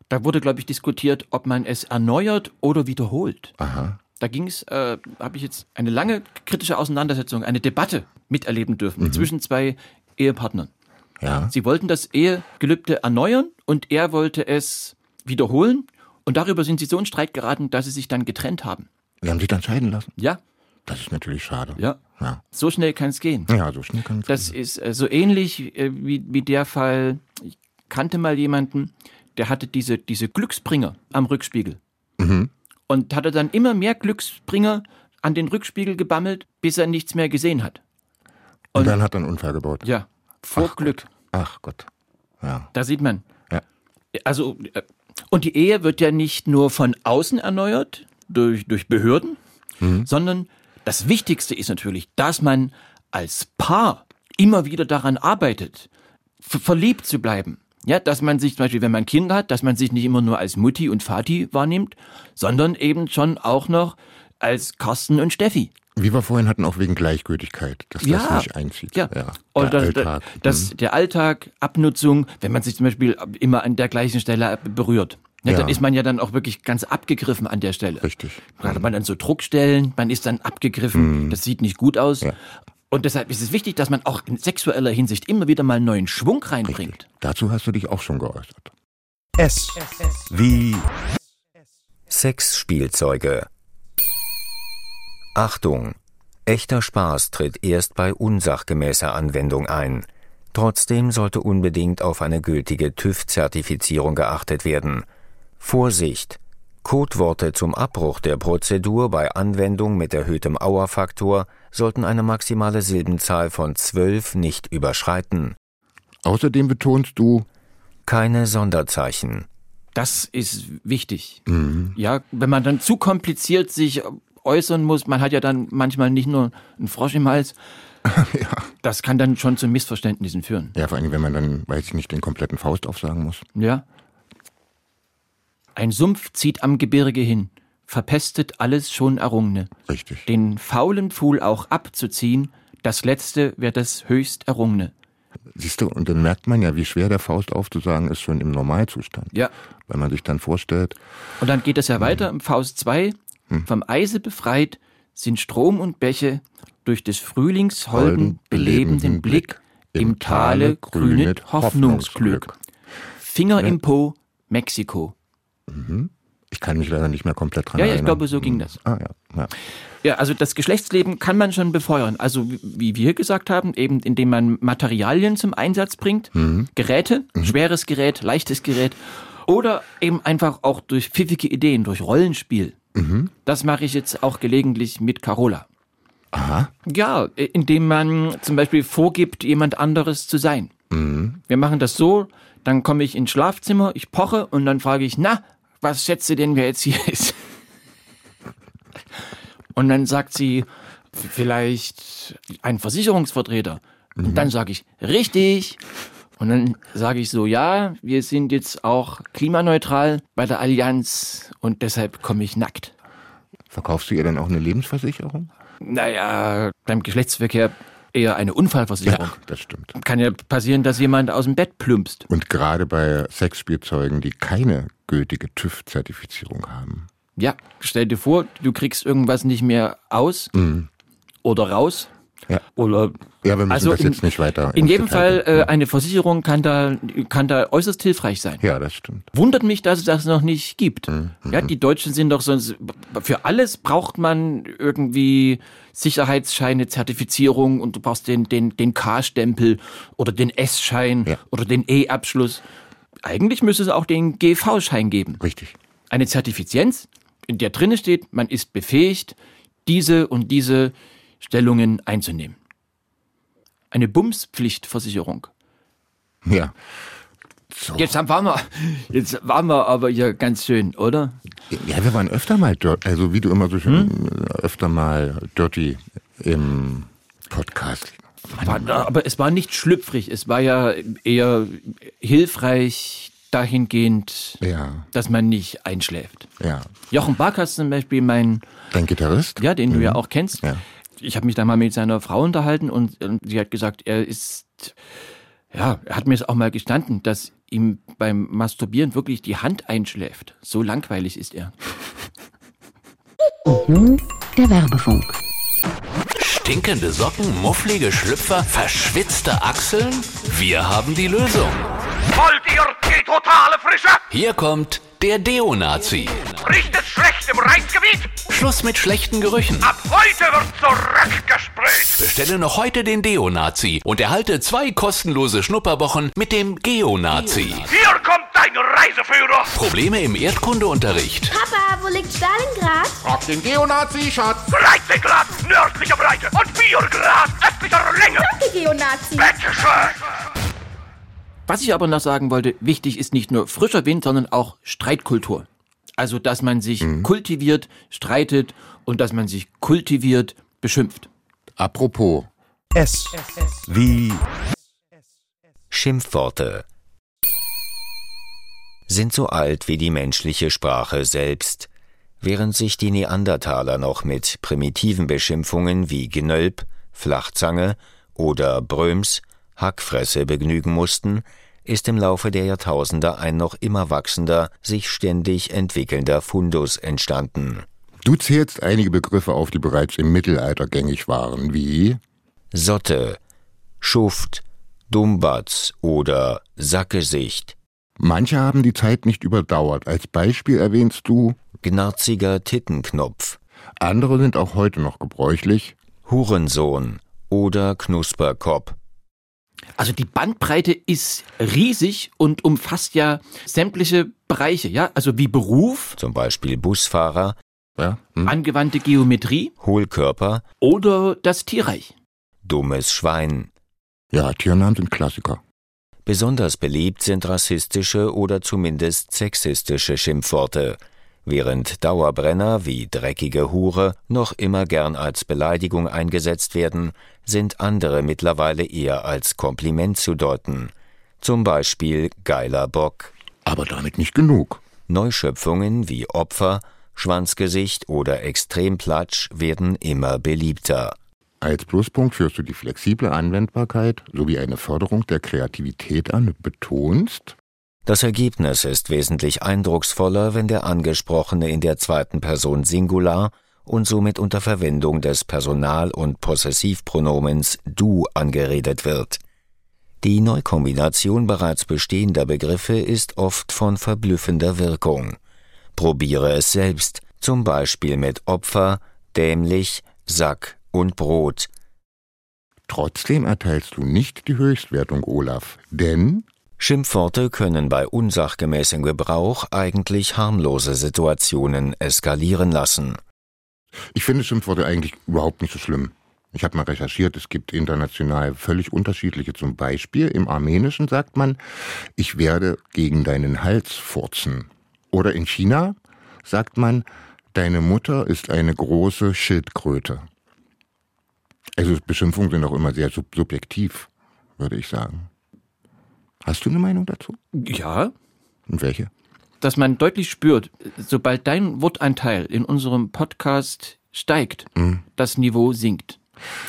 Speaker 5: Da wurde, glaube ich, diskutiert, ob man es erneuert oder wiederholt.
Speaker 4: Aha.
Speaker 5: Da ging es, äh, habe ich jetzt eine lange kritische Auseinandersetzung, eine Debatte miterleben dürfen zwischen zwei Ehepartnern.
Speaker 4: Ja.
Speaker 5: Sie wollten das Ehegelübde erneuern und er wollte es wiederholen. Und darüber sind sie so in Streit geraten, dass sie sich dann getrennt haben.
Speaker 4: Sie haben sich dann scheiden lassen.
Speaker 5: Ja,
Speaker 4: Das ist natürlich schade.
Speaker 5: ja.
Speaker 4: Ja,
Speaker 5: So schnell kann es gehen.
Speaker 4: ja so schnell kann es
Speaker 5: Das ist äh, so ähnlich äh, wie, wie der Fall. Ich kannte mal jemanden, der hatte diese, diese Glücksbringer am Rückspiegel. Und hatte dann immer mehr Glücksbringer an den Rückspiegel gebammelt, bis er nichts mehr gesehen hat.
Speaker 4: Und, dann hat er einen Unfall gebaut.
Speaker 5: Ja, vor Glück.
Speaker 4: Ach Gott. Ja.
Speaker 5: Da sieht man.
Speaker 4: Ja.
Speaker 5: Also, äh, und die Ehe wird ja nicht nur von außen erneuert, durch, durch Behörden, sondern das Wichtigste ist natürlich, dass man als Paar immer wieder daran arbeitet, ver verliebt zu bleiben. Ja, dass man sich zum Beispiel, wenn man Kinder hat, dass man sich nicht immer nur als Mutti und Vati wahrnimmt, sondern eben schon auch noch als Carsten und Steffi.
Speaker 4: Wie wir vorhin hatten, auch wegen Gleichgültigkeit, dass das nicht einzieht.
Speaker 5: Ja.
Speaker 4: Der
Speaker 5: Und das,
Speaker 4: Alltag. Mhm. Hm,
Speaker 5: Das, Der Alltag, Abnutzung, wenn man sich zum Beispiel immer an der gleichen Stelle berührt. Ja,
Speaker 4: Ja.
Speaker 5: Dann ist man ja dann auch wirklich ganz abgegriffen an der Stelle.
Speaker 4: Richtig. Hm. Mhm.
Speaker 5: Da hat man dann so Druckstellen, man ist dann abgegriffen, das sieht nicht gut aus. Und deshalb ist es wichtig, dass man auch in sexueller Hinsicht immer wieder mal neuen Schwung reinbringt.
Speaker 4: Dazu hast du dich auch schon geäußert.
Speaker 3: S wie
Speaker 6: Sexspielzeuge. Achtung! Echter Spaß tritt erst bei unsachgemäßer Anwendung ein. Trotzdem sollte unbedingt auf eine gültige TÜV-Zertifizierung geachtet werden. Vorsicht! Codeworte zum Abbruch der Prozedur bei Anwendung mit erhöhtem Auerfaktor sollten eine maximale Silbenzahl von zwölf nicht überschreiten.
Speaker 4: Außerdem betonst du,
Speaker 6: Keine Sonderzeichen.
Speaker 5: Das ist wichtig. Ja, wenn man dann zu kompliziert sich äußern muss, man hat ja dann manchmal nicht nur einen Frosch im Hals. Das kann dann schon zu Missverständnissen führen.
Speaker 4: ja vor allem, wenn man dann, weiß ich nicht, den kompletten Faust aufsagen muss.
Speaker 5: Ja. Ein Sumpf zieht am Gebirge hin, verpestet alles schon Errungene.
Speaker 4: Richtig.
Speaker 5: Den faulen Pfuhl auch abzuziehen, das Letzte wär das höchst Errungene.
Speaker 4: Siehst du, und dann merkt man ja, wie schwer der Faust aufzusagen ist, schon im Normalzustand.
Speaker 5: Ja.
Speaker 4: Wenn man sich dann vorstellt,
Speaker 5: Und dann geht das ja weiter im Faust 2. Vom Eise befreit sind Strom und Bäche durch des Frühlings holden
Speaker 4: Holden
Speaker 5: belebenden
Speaker 4: belebenden
Speaker 5: Blick. Im Tale grünet Hoffnungsglück. Ne? Finger im Po, Mexiko.
Speaker 4: Ich kann mich leider nicht mehr komplett dran
Speaker 5: Ja, ja, ich
Speaker 4: erinnern.
Speaker 5: glaube, so ging
Speaker 4: Hm.
Speaker 5: das.
Speaker 4: Ah, ja. ja.
Speaker 5: Ja, also das Geschlechtsleben kann man schon befeuern. Also wie- wie wir gesagt haben, eben indem man Materialien zum Einsatz bringt, Geräte, schweres Gerät, leichtes Gerät oder eben einfach auch durch pfiffige Ideen, durch Rollenspiel. Das mache ich jetzt auch gelegentlich mit Carola.
Speaker 4: Aha,
Speaker 5: Ja, äh, indem man zum Beispiel vorgibt, jemand anderes zu sein. Wir machen das so, dann komme ich ins Schlafzimmer, ich poche und dann frage ich, na, was schätzt du denn, wer jetzt hier *laughs* ist? Und dann sagt sie, v- vielleicht ein Versicherungsvertreter. Und
Speaker 4: Mhm.
Speaker 5: dann sage ich, richtig. Und dann sage ich so, ja, wir sind jetzt auch klimaneutral bei der Allianz und deshalb komme ich nackt.
Speaker 4: verkaufst du ihr dann auch eine Lebensversicherung?
Speaker 5: Naja, beim Geschlechtsverkehr eher eine Unfallversicherung.
Speaker 4: das stimmt.
Speaker 5: Kann ja passieren, dass jemand aus dem Bett plumpst.
Speaker 4: Und gerade bei Sexspielzeugen, die keine gültige TÜV-Zertifizierung haben.
Speaker 5: Ja, stell dir vor, du kriegst irgendwas nicht mehr aus oder raus.
Speaker 4: Mhm. Ja.
Speaker 5: Oder
Speaker 4: Ja, wir müssen das
Speaker 5: Also in-
Speaker 4: jetzt nicht weiter
Speaker 5: In
Speaker 4: ins
Speaker 5: jedem
Speaker 4: Detail
Speaker 5: Fall äh, eine Versicherung kann da kann da äußerst hilfreich sein.
Speaker 4: Ja, das stimmt.
Speaker 5: Wundert mich, dass es das noch nicht gibt. Ja, die Deutschen sind doch sonst für alles braucht man irgendwie Sicherheitsscheine, Zertifizierung und du brauchst den den den K-Stempel oder den S-Schein
Speaker 4: Ja.
Speaker 5: oder den E-Abschluss. Eigentlich müsste es auch den GV-Schein geben.
Speaker 4: Richtig.
Speaker 5: Eine Zertifizienz, in der drinne steht, man ist befähigt, diese und diese Stellungen einzunehmen. Eine Bumspflichtversicherung.
Speaker 4: Ja. So.
Speaker 5: Jetzt haben, waren wir, jetzt waren wir aber hier ganz schön, oder?
Speaker 4: Ja, wir waren öfter mal, dir- also wie du immer so schön,
Speaker 5: Hm?
Speaker 4: äh, öfter mal dirty im Podcast.
Speaker 5: War- Aber es war nicht schlüpfrig, es war ja eher hilfreich dahingehend,
Speaker 4: Ja,
Speaker 5: dass man nicht einschläft.
Speaker 4: ja.
Speaker 5: Jochen Barkas zum Beispiel, mein,
Speaker 4: Dein Gitarrist?
Speaker 5: ja, den du ja auch kennst,
Speaker 4: Mhm. Ja.
Speaker 5: ich habe mich da mal mit seiner Frau unterhalten und, ähm, sie hat gesagt, er ist, ja, er hat mir es auch mal gestanden, dass ihm beim Masturbieren wirklich die Hand einschläft. So langweilig ist er.
Speaker 1: Nun der Werbefunk.
Speaker 7: Stinkende Socken, mufflige Schlüpfer, verschwitzte Achseln? Wir haben die Lösung.
Speaker 2: Wollt ihr die totale Frische?
Speaker 7: Hier kommt der Deo-Nazi.
Speaker 2: Riecht es schlecht im Rheingebiet?
Speaker 7: Schluss mit schlechten Gerüchen.
Speaker 2: Ab heute wird zurückgesprüht.
Speaker 7: Bestelle noch heute den Deo-Nazi und erhalte zwei kostenlose Schnupperwochen mit dem Geo-Nazi.
Speaker 2: Hier kommt dein Reiseführer.
Speaker 7: Probleme im Erdkundeunterricht.
Speaker 8: Papa, wo liegt Stalingrad?
Speaker 2: Breitegrad nördlicher Breite und Biergrad östlicher Länge.
Speaker 8: Danke, Geonazi.
Speaker 2: Bitteschön.
Speaker 5: Was ich aber noch sagen wollte, wichtig ist nicht nur frischer Wind, sondern auch Streitkultur. Also, dass man sich kultiviert, streitet und dass man sich kultiviert, beschimpft.
Speaker 4: Apropos,
Speaker 3: S wie
Speaker 6: Schimpfworte sind so alt wie die menschliche Sprache selbst. Während sich die Neandertaler noch mit primitiven Beschimpfungen wie Genölp, Flachzange oder Bröms, Hackfresse begnügen mussten, ist im Laufe der Jahrtausende ein noch immer wachsender, sich ständig entwickelnder Fundus entstanden.
Speaker 4: du zählst einige Begriffe auf, die bereits im Mittelalter gängig waren, wie
Speaker 6: Sotte, Schuft, Dumbatz oder Sackgesicht,
Speaker 4: Manche haben die Zeit nicht überdauert. Als Beispiel erwähnst du,
Speaker 6: gnarziger Tittenknopf,
Speaker 4: andere sind auch heute noch gebräuchlich.
Speaker 6: Hurensohn oder Knusperkopf.
Speaker 5: Also die Bandbreite ist riesig und umfasst ja sämtliche Bereiche, ja? Also wie Beruf,
Speaker 6: zum Beispiel Busfahrer,
Speaker 4: Ja? Hm?
Speaker 5: angewandte Geometrie
Speaker 6: Hohlkörper,
Speaker 5: oder das Tierreich.
Speaker 6: dummes Schwein.
Speaker 4: ja, Tiernamen sind Klassiker.
Speaker 6: Besonders beliebt sind rassistische oder zumindest sexistische Schimpfworte, während Dauerbrenner wie dreckige Hure noch immer gern als Beleidigung eingesetzt werden, sind andere mittlerweile eher als Kompliment zu deuten. Zum Beispiel geiler Bock.
Speaker 4: Aber damit nicht genug.
Speaker 6: Neuschöpfungen wie Opfer, Schwanzgesicht oder Extremplatsch werden immer beliebter.
Speaker 4: Als Pluspunkt führst du die flexible Anwendbarkeit sowie eine Förderung der Kreativität an und betonst,
Speaker 6: Das Ergebnis ist wesentlich eindrucksvoller, wenn der Angesprochene in der zweiten Person Singular und somit unter Verwendung des Personal- und Possessivpronomens Du angeredet wird. Die Neukombination bereits bestehender Begriffe ist oft von verblüffender Wirkung. Probiere es selbst, zum Beispiel mit Opfer, dämlich, Sack und Brot.
Speaker 4: trotzdem erteilst du nicht die Höchstwertung, Olaf. Denn
Speaker 6: Schimpfworte können bei unsachgemäßem Gebrauch eigentlich harmlose Situationen eskalieren lassen.
Speaker 4: ich finde Schimpfworte eigentlich überhaupt nicht so schlimm. Ich habe mal recherchiert, es gibt international völlig unterschiedliche. Zum Beispiel im Armenischen sagt man, ich werde gegen deinen Hals furzen. Oder in China sagt man, deine Mutter ist eine große Schildkröte. Also Beschimpfungen sind auch immer sehr sub subjektiv, würde ich sagen. Hast du eine Meinung dazu?
Speaker 5: Ja,
Speaker 4: Und welche?
Speaker 5: dass man deutlich spürt, sobald dein Wortanteil in unserem Podcast steigt,
Speaker 4: Mhm.
Speaker 5: das Niveau sinkt.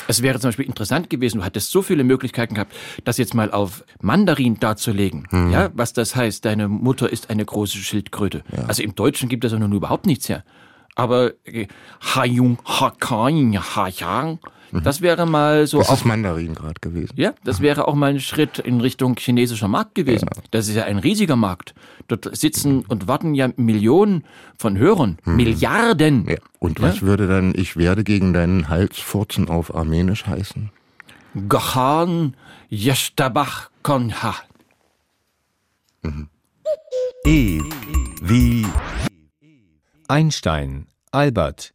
Speaker 5: Es wäre zum Beispiel interessant gewesen, du hattest so viele Möglichkeiten gehabt, das jetzt mal auf Mandarin darzulegen,
Speaker 4: Mhm.
Speaker 5: ja, was das heißt, deine Mutter ist eine große Schildkröte. Also im Deutschen gibt das auch nun überhaupt nichts her. Aber äh, Hayung Hakain Hayang, das wäre mal so
Speaker 4: Mhm. Das
Speaker 5: auf
Speaker 4: ist Mandarin gerade gewesen.
Speaker 5: ja, das wäre auch mal ein Schritt in Richtung chinesischer Markt gewesen. Das ist ja ein riesiger Markt. Dort sitzen und warten ja Millionen von Hörern, Milliarden.
Speaker 4: Hm. Ja. Und was würde dann ich werde gegen deinen Hals furzen auf Armenisch heißen?
Speaker 5: Gahan Yeshtabach Konha.
Speaker 3: E wie
Speaker 6: Einstein, Albert,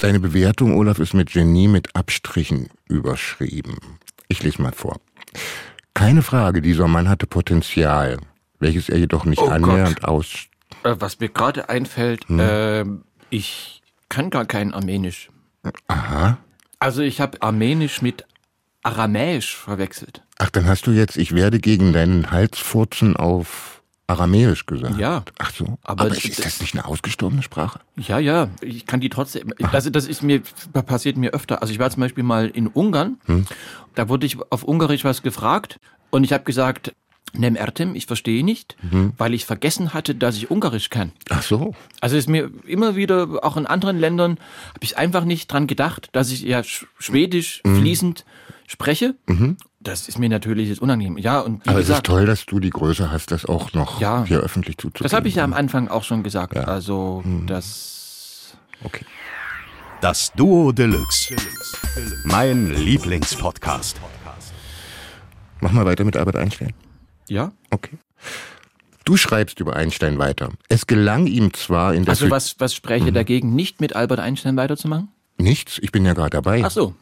Speaker 4: Deine Bewertung, Olaf, ist mit Genie mit Abstrichen überschrieben. Ich lese mal vor. Keine Frage, dieser Mann hatte Potenzial, welches er jedoch nicht
Speaker 5: Oh
Speaker 4: annähernd aus.
Speaker 5: Äh, Was mir gerade einfällt,
Speaker 4: Hm.
Speaker 5: ähm, ich kann gar kein Armenisch.
Speaker 4: Aha.
Speaker 5: Also ich habe Armenisch mit Aramäisch verwechselt.
Speaker 4: Ach, dann hast du jetzt, ich werde gegen deinen Hals furzen auf Aramäisch gesagt.
Speaker 5: Ja.
Speaker 4: Ach so.
Speaker 5: Aber
Speaker 4: Aber,
Speaker 5: das-
Speaker 4: ist das nicht eine ausgestorbene Sprache?
Speaker 5: Ja, ja, ich kann die trotzdem. Das, das ist mir passiert mir öfter. Also ich war zum Beispiel mal in Ungarn.
Speaker 4: Hm.
Speaker 5: Da wurde ich auf Ungarisch was gefragt und ich habe gesagt, Nem Ertem, ich verstehe nicht,
Speaker 4: Hm.
Speaker 5: weil ich vergessen hatte, dass ich Ungarisch kann.
Speaker 4: Ach so.
Speaker 5: Also ist mir immer wieder, auch in anderen Ländern, habe ich einfach nicht dran gedacht, dass ich ja Sch- Schwedisch
Speaker 4: Hm.
Speaker 5: fließend spreche. Das ist mir natürlich jetzt unangenehm. Ja, und
Speaker 4: Mhm.
Speaker 5: wie
Speaker 4: Aber es ist
Speaker 5: gesagt,
Speaker 4: toll, dass du die Größe hast, das auch noch
Speaker 5: Ja.
Speaker 4: hier öffentlich zuzugeben.
Speaker 5: das habe ich ja am Anfang auch schon gesagt. Also
Speaker 4: Hm.
Speaker 5: das
Speaker 4: Okay.
Speaker 3: das Duo Deluxe. Mein Lieblingspodcast.
Speaker 4: Mach mal weiter mit Albert Einstein.
Speaker 5: ja.
Speaker 4: Okay. Du schreibst über Einstein weiter. Es gelang ihm zwar in der
Speaker 5: Also
Speaker 4: Physik-
Speaker 5: was, was spreche dagegen, nicht mit Albert Einstein weiterzumachen?
Speaker 4: nichts, ich bin ja gerade dabei.
Speaker 5: Ach so.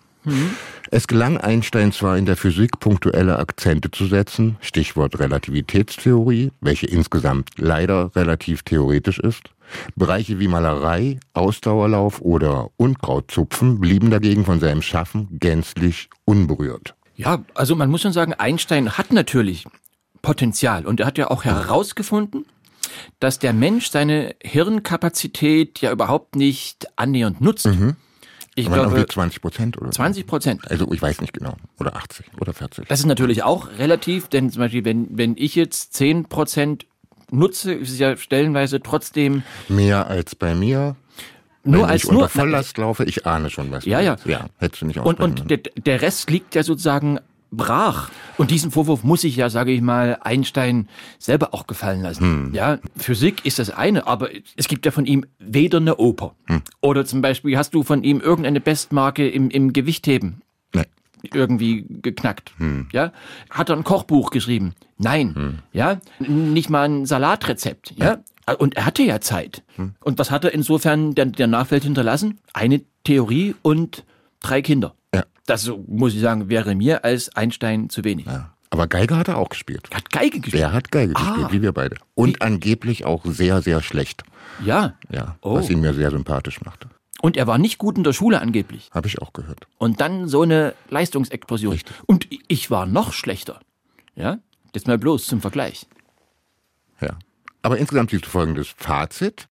Speaker 4: Es gelang Einstein zwar in der Physik punktuelle Akzente zu setzen, Stichwort Relativitätstheorie, welche insgesamt leider relativ theoretisch ist. Bereiche wie Malerei, Ausdauerlauf oder Unkrautzupfen blieben dagegen von seinem Schaffen gänzlich unberührt.
Speaker 5: Ja, also man muss schon sagen, Einstein hat natürlich Potenzial und er hat ja auch herausgefunden, dass der Mensch seine Hirnkapazität ja überhaupt nicht annähernd nutzt. Ich
Speaker 4: Waren
Speaker 5: glaube,
Speaker 4: irgendwie 20 Prozent oder so.
Speaker 5: 20 Prozent.
Speaker 4: Also ich weiß nicht genau. Oder 80 oder 40.
Speaker 5: Das ist natürlich auch relativ, denn zum Beispiel, wenn, wenn ich jetzt 10 Prozent nutze, ist es ja stellenweise trotzdem
Speaker 4: Mehr als bei mir.
Speaker 5: Nur
Speaker 4: Wenn
Speaker 5: als
Speaker 4: ich
Speaker 5: nur-
Speaker 4: unter Volllast laufe, ich ahne schon was. du
Speaker 5: Ja, ja.
Speaker 4: willst. Ja, hättest du nicht
Speaker 5: Und,
Speaker 4: ausbrechen
Speaker 5: und der, der Rest liegt ja sozusagen brach. Und diesen Vorwurf muss sich ja, sage ich mal, Einstein selber auch gefallen lassen. Ja, Physik ist das eine, aber es gibt ja von ihm weder eine Oper. Oder zum Beispiel hast du von ihm irgendeine Bestmarke im, im Gewichtheben
Speaker 4: Nee.
Speaker 5: irgendwie geknackt.
Speaker 4: Hm.
Speaker 5: Ja? Hat er ein Kochbuch geschrieben? Nein. Ja? N- Nicht mal ein Salatrezept. Ja? Äh, Und er hatte ja Zeit.
Speaker 4: Hm.
Speaker 5: Und was hat er insofern der, der Nachwelt hinterlassen? Eine Theorie und drei Kinder.
Speaker 4: Ja.
Speaker 5: Das, so, muss ich sagen, wäre mir als Einstein zu wenig.
Speaker 4: Ja. Aber Geige hat er auch gespielt.
Speaker 5: Er hat Geige gespielt.
Speaker 4: Der hat Geige
Speaker 5: Ah.
Speaker 4: gespielt, wie wir beide. Und angeblich auch sehr, sehr schlecht.
Speaker 5: Ja.
Speaker 4: Ja,
Speaker 5: Oh.
Speaker 4: was ihn mir sehr sympathisch machte.
Speaker 5: Und er war nicht gut in der Schule angeblich.
Speaker 4: Habe ich auch gehört.
Speaker 5: Und dann so eine Leistungsexplosion. Und i- ich war noch schlechter. Ja? Jetzt mal bloß zum Vergleich.
Speaker 4: Ja. Aber insgesamt siehst du folgendes Fazit.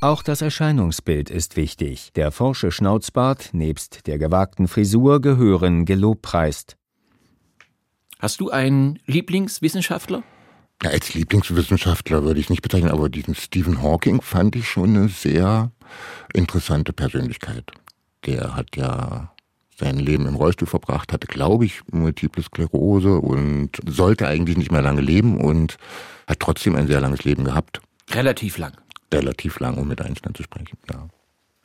Speaker 6: Auch das Erscheinungsbild ist wichtig. Der forsche Schnauzbart nebst der gewagten Frisur gehören gelobpreist.
Speaker 5: Hast du einen Lieblingswissenschaftler?
Speaker 4: Ja, als Lieblingswissenschaftler würde ich nicht bezeichnen, aber diesen Stephen Hawking fand ich schon eine sehr interessante Persönlichkeit. Der hat ja sein Leben im Rollstuhl verbracht, hatte, glaube ich, multiple Sklerose und sollte eigentlich nicht mehr lange leben und hat trotzdem ein sehr langes Leben gehabt.
Speaker 5: Relativ lang.
Speaker 4: Relativ lang, um mit Einstein zu sprechen. Ja.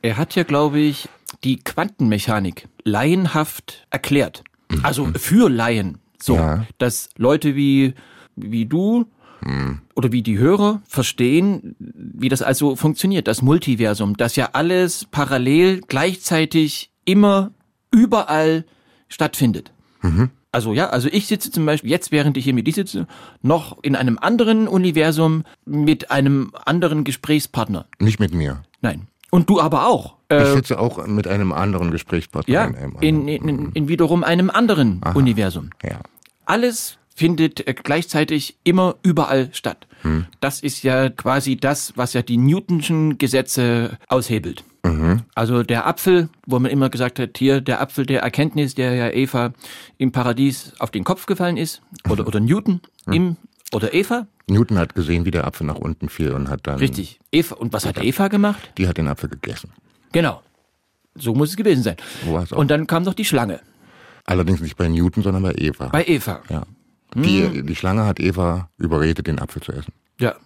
Speaker 5: Er hat ja, glaube ich, die Quantenmechanik laienhaft erklärt. Also für Laien. So,
Speaker 4: Mhm. Ja.
Speaker 5: dass Leute wie, wie du
Speaker 4: Mhm.
Speaker 5: oder wie die Hörer verstehen, wie das also funktioniert, das Multiversum, dass ja alles parallel, gleichzeitig, immer, überall stattfindet.
Speaker 4: Mhm.
Speaker 5: Also ja, also ich sitze zum Beispiel jetzt, während ich hier mit dir sitze, noch in einem anderen Universum mit einem anderen Gesprächspartner.
Speaker 4: Nicht mit mir.
Speaker 5: Nein. Und du aber auch.
Speaker 4: Ich
Speaker 5: Äh,
Speaker 4: sitze auch mit einem anderen Gesprächspartner.
Speaker 5: ja,
Speaker 4: in einem
Speaker 5: in,
Speaker 4: anderen-
Speaker 5: in, in wiederum einem anderen Universum.
Speaker 4: ja.
Speaker 5: Alles findet äh, gleichzeitig immer überall statt. Das ist ja quasi das, was ja die Newtonschen Gesetze aushebelt. Also der Apfel, wo man immer gesagt hat, hier der Apfel der Erkenntnis, der ja Eva im Paradies auf den Kopf gefallen ist, oder, oder Newton im oder Eva,
Speaker 4: Newton hat gesehen, wie der Apfel nach unten fiel und hat dann.
Speaker 5: richtig. Eva und was hat Eva gemacht?
Speaker 4: Die hat den Apfel gegessen.
Speaker 5: Genau. So muss es gewesen sein.
Speaker 4: So war's auch.
Speaker 5: Und dann kam noch die Schlange
Speaker 4: Allerdings nicht bei Newton, sondern bei Eva.
Speaker 5: bei Hm. Eva.
Speaker 4: ja. Die, die Schlange hat Eva überredet, den Apfel zu essen.
Speaker 5: Ja.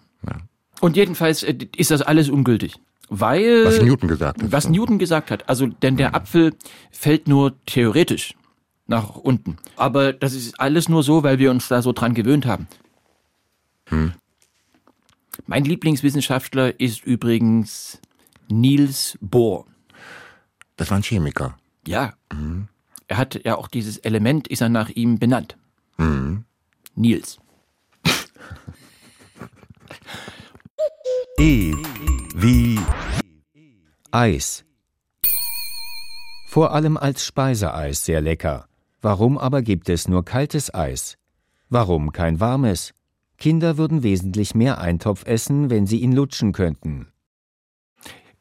Speaker 5: Und jedenfalls äh, ist das alles ungültig. Weil.
Speaker 4: Was Newton gesagt hat.
Speaker 5: Äh, Was Newton gesagt hat. Also, denn der Apfel fällt nur theoretisch nach unten. Aber das ist alles nur so, weil wir uns da so dran gewöhnt haben.
Speaker 4: Hm.
Speaker 5: Mein Lieblingswissenschaftler ist übrigens Niels Bohr.
Speaker 4: Das war ein Chemiker.
Speaker 5: Ja.
Speaker 4: Hm.
Speaker 5: Er hat ja auch dieses Element, ist er nach ihm benannt.
Speaker 4: Hm.
Speaker 5: Niels.
Speaker 3: E wie
Speaker 6: Eis. Vor allem als Speiseeis sehr lecker. Warum aber gibt es nur kaltes Eis? Warum kein warmes? Kinder würden wesentlich mehr Eintopf essen, wenn sie ihn lutschen könnten.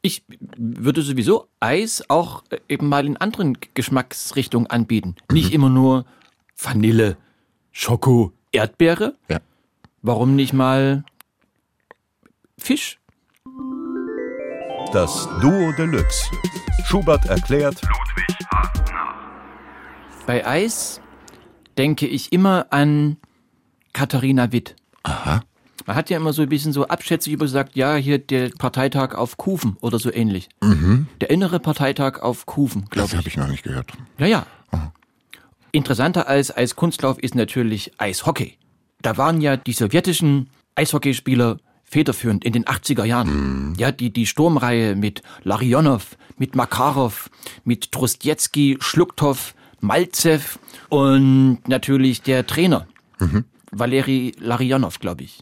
Speaker 5: Ich würde sowieso Eis auch äh, eben mal in anderen G- Geschmacksrichtungen anbieten. Nicht immer nur Vanille, Schoko, Erdbeere.
Speaker 4: Ja.
Speaker 5: Warum nicht mal Fisch?
Speaker 3: das Duo Deluxe. Schubert erklärt
Speaker 5: Bei Eis denke ich immer an Katharina Witt. Aha. Man hat ja immer so ein bisschen so abschätzig übersagt, ja, hier der Parteitag auf Kufen oder so ähnlich. Mhm. Der innere Parteitag auf Kufen, glaube
Speaker 4: Das habe ich noch nicht gehört.
Speaker 5: Ja, ja. Interessanter als Eiskunstlauf ist natürlich Eishockey. Da waren ja die sowjetischen Eishockeyspieler federführend in den 80er Jahren. Ja, die, die Sturmreihe mit Larionow, mit Makarov, mit Trostjetski, Schlucktow, Malzew und natürlich der Trainer. Valeri Larionow, glaube ich.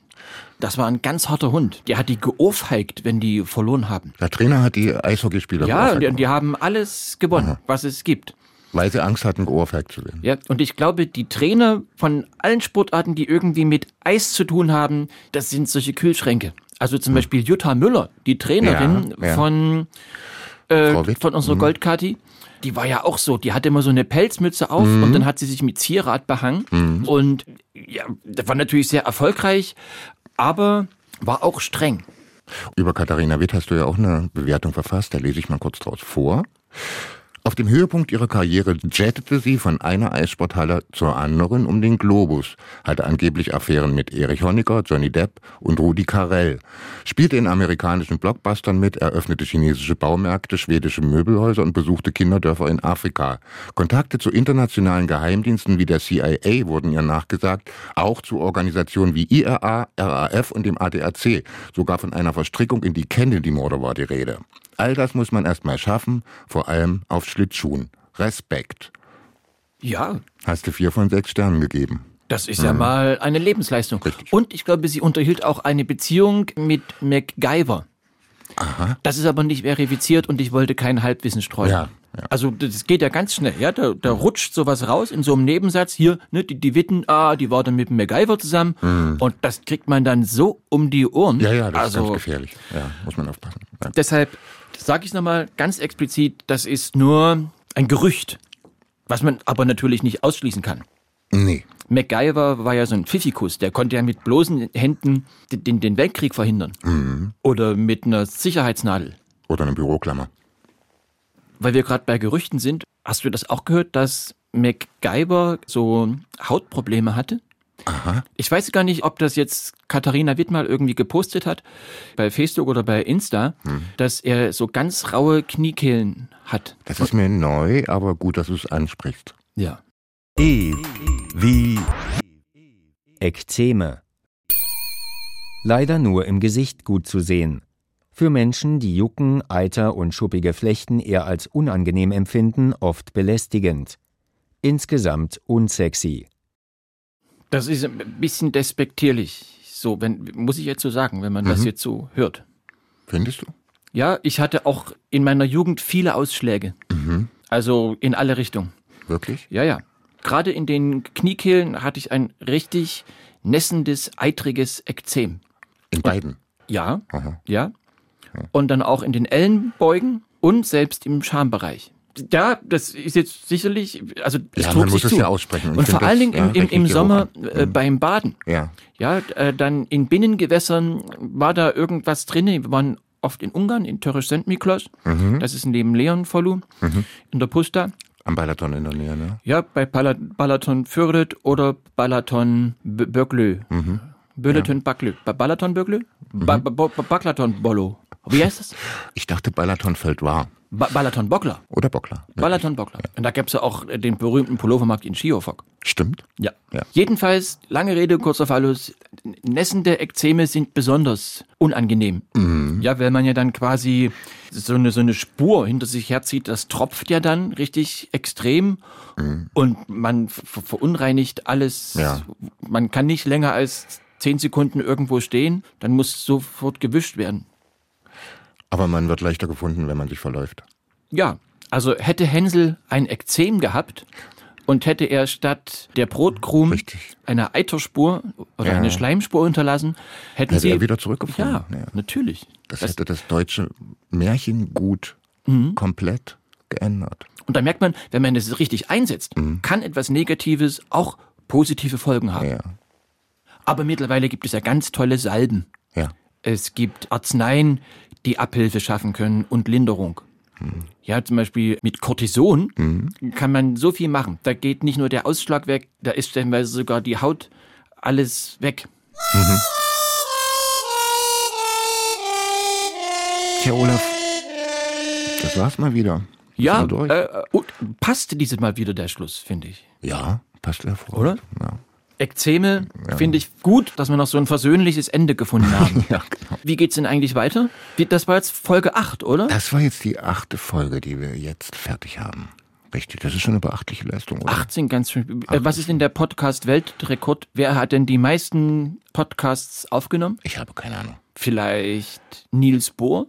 Speaker 5: Das war ein ganz harter Hund. Der hat die geohrfeigt, wenn die verloren haben.
Speaker 4: Der Trainer hat die Eishockeyspieler
Speaker 5: Ja, und die,
Speaker 4: geohrfeigt,
Speaker 5: und die haben alles gewonnen, was es gibt.
Speaker 4: weil sie Angst hatten, geohrfeigt zu werden.
Speaker 5: Ja, und ich glaube, die Trainer von allen Sportarten, die irgendwie mit Eis zu tun haben, das sind solche Kühlschränke. Also zum Beispiel Jutta Müller, die Trainerin
Speaker 4: Hm. Ja, ja.
Speaker 5: von,
Speaker 4: Frau
Speaker 5: äh,
Speaker 4: Witt, Hm.
Speaker 5: von unserer Goldkati. Die war ja auch so, die hatte immer so eine Pelzmütze auf
Speaker 4: Hm.
Speaker 5: und dann hat sie sich mit Zierrad behangen. Und ja, das war natürlich sehr erfolgreich, aber war auch streng.
Speaker 4: Über Katharina Witt hast du ja auch eine Bewertung verfasst, da lese ich mal kurz draus vor. Auf dem Höhepunkt ihrer Karriere jettete sie von einer Eissporthalle zur anderen um den Globus, hatte angeblich Affären mit Erich Honecker, Johnny Depp und Rudi Carell, spielte in amerikanischen Blockbustern mit, eröffnete chinesische Baumärkte, schwedische Möbelhäuser und besuchte Kinderdörfer in Afrika. Kontakte zu internationalen Geheimdiensten wie der CIA wurden ihr nachgesagt, auch zu Organisationen wie IRA, RAF und dem ADAC. Sogar von einer Verstrickung in die Kennedy-Morde war die Rede. All das muss man erstmal schaffen, vor allem auf Schlittschuhen. Respekt.
Speaker 5: Ja,
Speaker 4: Hast du vier von sechs Sternen gegeben.
Speaker 5: das ist
Speaker 4: Mhm.
Speaker 5: ja mal eine Lebensleistung. Und ich glaube, sie unterhielt auch eine Beziehung mit MacGyver. Aha. Das ist aber nicht verifiziert und ich wollte kein Halbwissen streuen.
Speaker 4: Ja, ja.
Speaker 5: Also das geht ja ganz schnell, ja, da, da rutscht sowas raus in so einem Nebensatz hier, ne, die, die Witten, ah, die war dann mit dem MacGyver zusammen und das kriegt man dann so um die Ohren.
Speaker 4: Mhm. Ja, ja, das ist
Speaker 5: also,
Speaker 4: ganz gefährlich. Ja, muss man aufpassen. Ja.
Speaker 5: Deshalb sage ich nochmal ganz explizit, das ist nur ein Gerücht, was man aber natürlich nicht ausschließen kann.
Speaker 4: Nee.
Speaker 5: MacGyver war ja so ein Pfiffikus, der konnte ja mit bloßen Händen den- den, den Weltkrieg verhindern. Oder mit einer Sicherheitsnadel.
Speaker 4: Oder eine Büroklammer.
Speaker 5: Weil wir gerade bei Gerüchten sind, hast du das auch gehört, dass MacGyver so Hautprobleme hatte? Aha. Ich weiß gar nicht, ob das jetzt Katharina Witt mal irgendwie gepostet hat, bei Facebook oder bei Insta, dass er so ganz raue Kniekehlen hat.
Speaker 4: Das ist mir neu, aber gut, dass du es ansprichst.
Speaker 5: Ja.
Speaker 3: E wie
Speaker 6: Ekzeme. Leider nur im Gesicht gut zu sehen. Für Menschen, die Jucken, Eiter und schuppige Flechten eher als unangenehm empfinden, oft belästigend. Insgesamt unsexy.
Speaker 5: Das ist ein bisschen despektierlich. So, wenn, muss ich jetzt so sagen, wenn man das jetzt so hört.
Speaker 4: Findest du?
Speaker 5: Ja, ich hatte auch in meiner Jugend viele Ausschläge.
Speaker 4: Mhm.
Speaker 5: Also in alle Richtungen.
Speaker 4: Wirklich?
Speaker 5: Ja, ja. Gerade in den Kniekehlen hatte ich ein richtig nässendes, eitriges Ekzem.
Speaker 4: In beiden.
Speaker 5: Ja,
Speaker 4: Aha.
Speaker 5: ja. Und dann auch in den Ellenbeugen und selbst im Schambereich. Ja, das ist jetzt sicherlich, also es
Speaker 4: Ja,
Speaker 5: trug
Speaker 4: man muss
Speaker 5: sich
Speaker 4: es
Speaker 5: zu.
Speaker 4: ja aussprechen. Ich
Speaker 5: Und
Speaker 4: find
Speaker 5: vor allen
Speaker 4: das,
Speaker 5: Dingen
Speaker 4: ja,
Speaker 5: im, im,
Speaker 4: regt
Speaker 5: im
Speaker 4: mich so
Speaker 5: Sommer
Speaker 4: an.
Speaker 5: äh, beim Baden.
Speaker 4: Ja.
Speaker 5: Ja, äh, dann in Binnengewässern war da irgendwas drin. Wir waren oft in Ungarn, in Törös Szent Miklos. Das ist neben Leonfolu, in der Pusta.
Speaker 4: Am Balaton in der Nähe, ne?
Speaker 5: Ja, bei Pala- Balaton Fürdet oder Balaton B- Böglö. Mhm. Böleton Baklö. Ba- Balaton Böglö? Ba ba Bo- Ba- Baklaton Bolo. Wie heißt das?
Speaker 4: Ich dachte, Balatonfeld war.
Speaker 5: Ba Balaton Bockler.
Speaker 4: Oder Bockler. Ne?
Speaker 5: Balaton Bockler. Und da gab's ja auch äh, den berühmten Pullovermarkt in Schiofok.
Speaker 4: Stimmt?
Speaker 5: Ja.
Speaker 4: Ja.
Speaker 5: Jedenfalls, lange Rede, kurzer Fallus, nässende Ekzeme sind besonders unangenehm.
Speaker 4: Mhm.
Speaker 5: Ja, weil man ja dann quasi so eine, so eine Spur hinter sich herzieht, das tropft ja dann richtig extrem und man ver verunreinigt alles.
Speaker 4: Mhm. Ja.
Speaker 5: Man kann nicht länger als zehn Sekunden irgendwo stehen, dann muss sofort gewischt werden.
Speaker 4: Aber man wird leichter gefunden, wenn man sich verläuft.
Speaker 5: Ja, also hätte Hänsel ein Ekzem gehabt und hätte er statt der Brotkrumen
Speaker 4: Richtig.
Speaker 5: eine Eiterspur oder
Speaker 4: Ja.
Speaker 5: eine Schleimspur unterlassen, hätten
Speaker 4: Hätte
Speaker 5: sie
Speaker 4: er wieder zurückgefunden.
Speaker 5: Ja,
Speaker 4: Ja.
Speaker 5: natürlich.
Speaker 4: Das, Mhm.
Speaker 5: Das-
Speaker 4: hätte das deutsche Märchengut komplett geändert.
Speaker 5: Und da merkt man, wenn man das richtig einsetzt, kann etwas Negatives auch positive Folgen haben.
Speaker 4: Mhm. Ja.
Speaker 5: Aber mittlerweile gibt es ja ganz tolle Salben.
Speaker 4: Ja.
Speaker 5: Es gibt Arzneien, die Abhilfe schaffen können und Linderung. Ja, zum Beispiel mit Cortison kann man so viel machen. Da geht nicht nur der Ausschlag weg, da ist stellenweise sogar die Haut alles weg.
Speaker 4: Tja, Olaf, das war's mal wieder.
Speaker 5: Ja,
Speaker 4: Sind wir durch?
Speaker 5: äh, und passte dieses Mal wieder der Schluss, finde ich.
Speaker 4: Ja, passt hervor.
Speaker 5: Oder?
Speaker 4: Ja.
Speaker 5: Ekzeme finde ich gut, dass wir noch so ein versöhnliches Ende gefunden haben.
Speaker 4: *laughs* ja, genau.
Speaker 5: Wie geht's denn eigentlich weiter? Wie- Das war jetzt Folge 8, oder?
Speaker 4: Das war jetzt die achte Folge, die wir jetzt fertig haben. Richtig, das ist schon eine beachtliche Leistung, oder?
Speaker 5: 18 ganz schön. Äh, was ist denn der Podcast-Weltrekord? Wer hat denn die meisten Podcasts aufgenommen?
Speaker 4: Ich habe keine Ahnung.
Speaker 5: Vielleicht Niels Bohr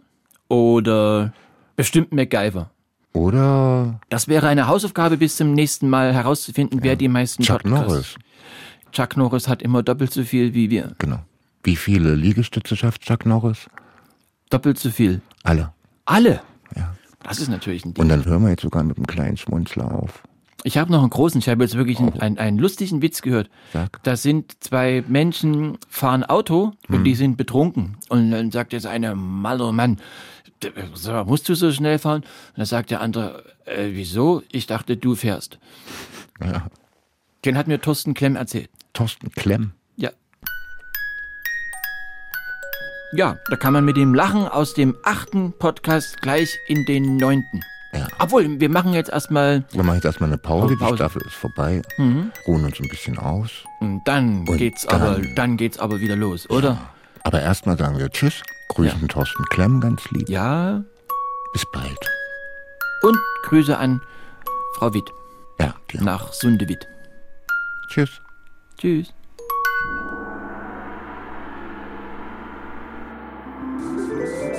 Speaker 5: oder bestimmt MacGyver.
Speaker 4: Oder
Speaker 5: Das wäre eine Hausaufgabe bis zum nächsten Mal herauszufinden, wer die meisten
Speaker 4: Chuck
Speaker 5: Podcasts.
Speaker 4: Norris.
Speaker 5: Chuck Norris hat immer doppelt so viel wie wir.
Speaker 4: Genau. Wie viele Liegestütze schafft Chuck Norris?
Speaker 5: Doppelt so viel.
Speaker 4: Alle.
Speaker 5: Alle. Das ist natürlich ein Ding.
Speaker 4: Und dann hören wir jetzt sogar mit einem kleinen Schmunzler auf.
Speaker 5: Ich habe noch einen großen, ich habe jetzt wirklich einen, einen, einen lustigen Witz gehört.
Speaker 4: Sag.
Speaker 5: Da sind zwei Menschen, fahren Auto und die sind betrunken. Und dann sagt jetzt einer, Malter Mann, d- sag mal, musst du so schnell fahren? Und dann sagt der andere, äh, wieso? Ich dachte, du fährst. Den hat mir Thorsten Klemm erzählt.
Speaker 4: Thorsten Klemm.
Speaker 5: Ja. Ja, da kann man mit dem Lachen aus dem achten Podcast gleich in den neunten. Obwohl, wir machen jetzt erstmal
Speaker 4: Wir machen jetzt erstmal eine Pause,
Speaker 5: Oh, Pause.
Speaker 4: die Staffel ist vorbei, ruhen uns ein bisschen aus.
Speaker 5: und dann
Speaker 4: Und
Speaker 5: geht's
Speaker 4: dann-
Speaker 5: aber, dann geht's aber wieder los, oder?
Speaker 4: Aber erstmal sagen wir Tschüss, grüßen Thorsten Klemm ganz lieb.
Speaker 5: Ja.
Speaker 4: Bis bald.
Speaker 5: Und Grüße an Frau Witt
Speaker 4: Ja, dir.
Speaker 5: nach Sundewitt.
Speaker 4: Tschüss.
Speaker 5: Tschüss.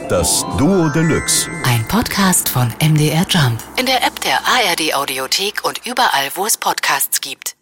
Speaker 3: Das Duo Deluxe.
Speaker 1: Ein Podcast von MDR Jump. In der App der ARD Audiothek und überall, wo es Podcasts gibt.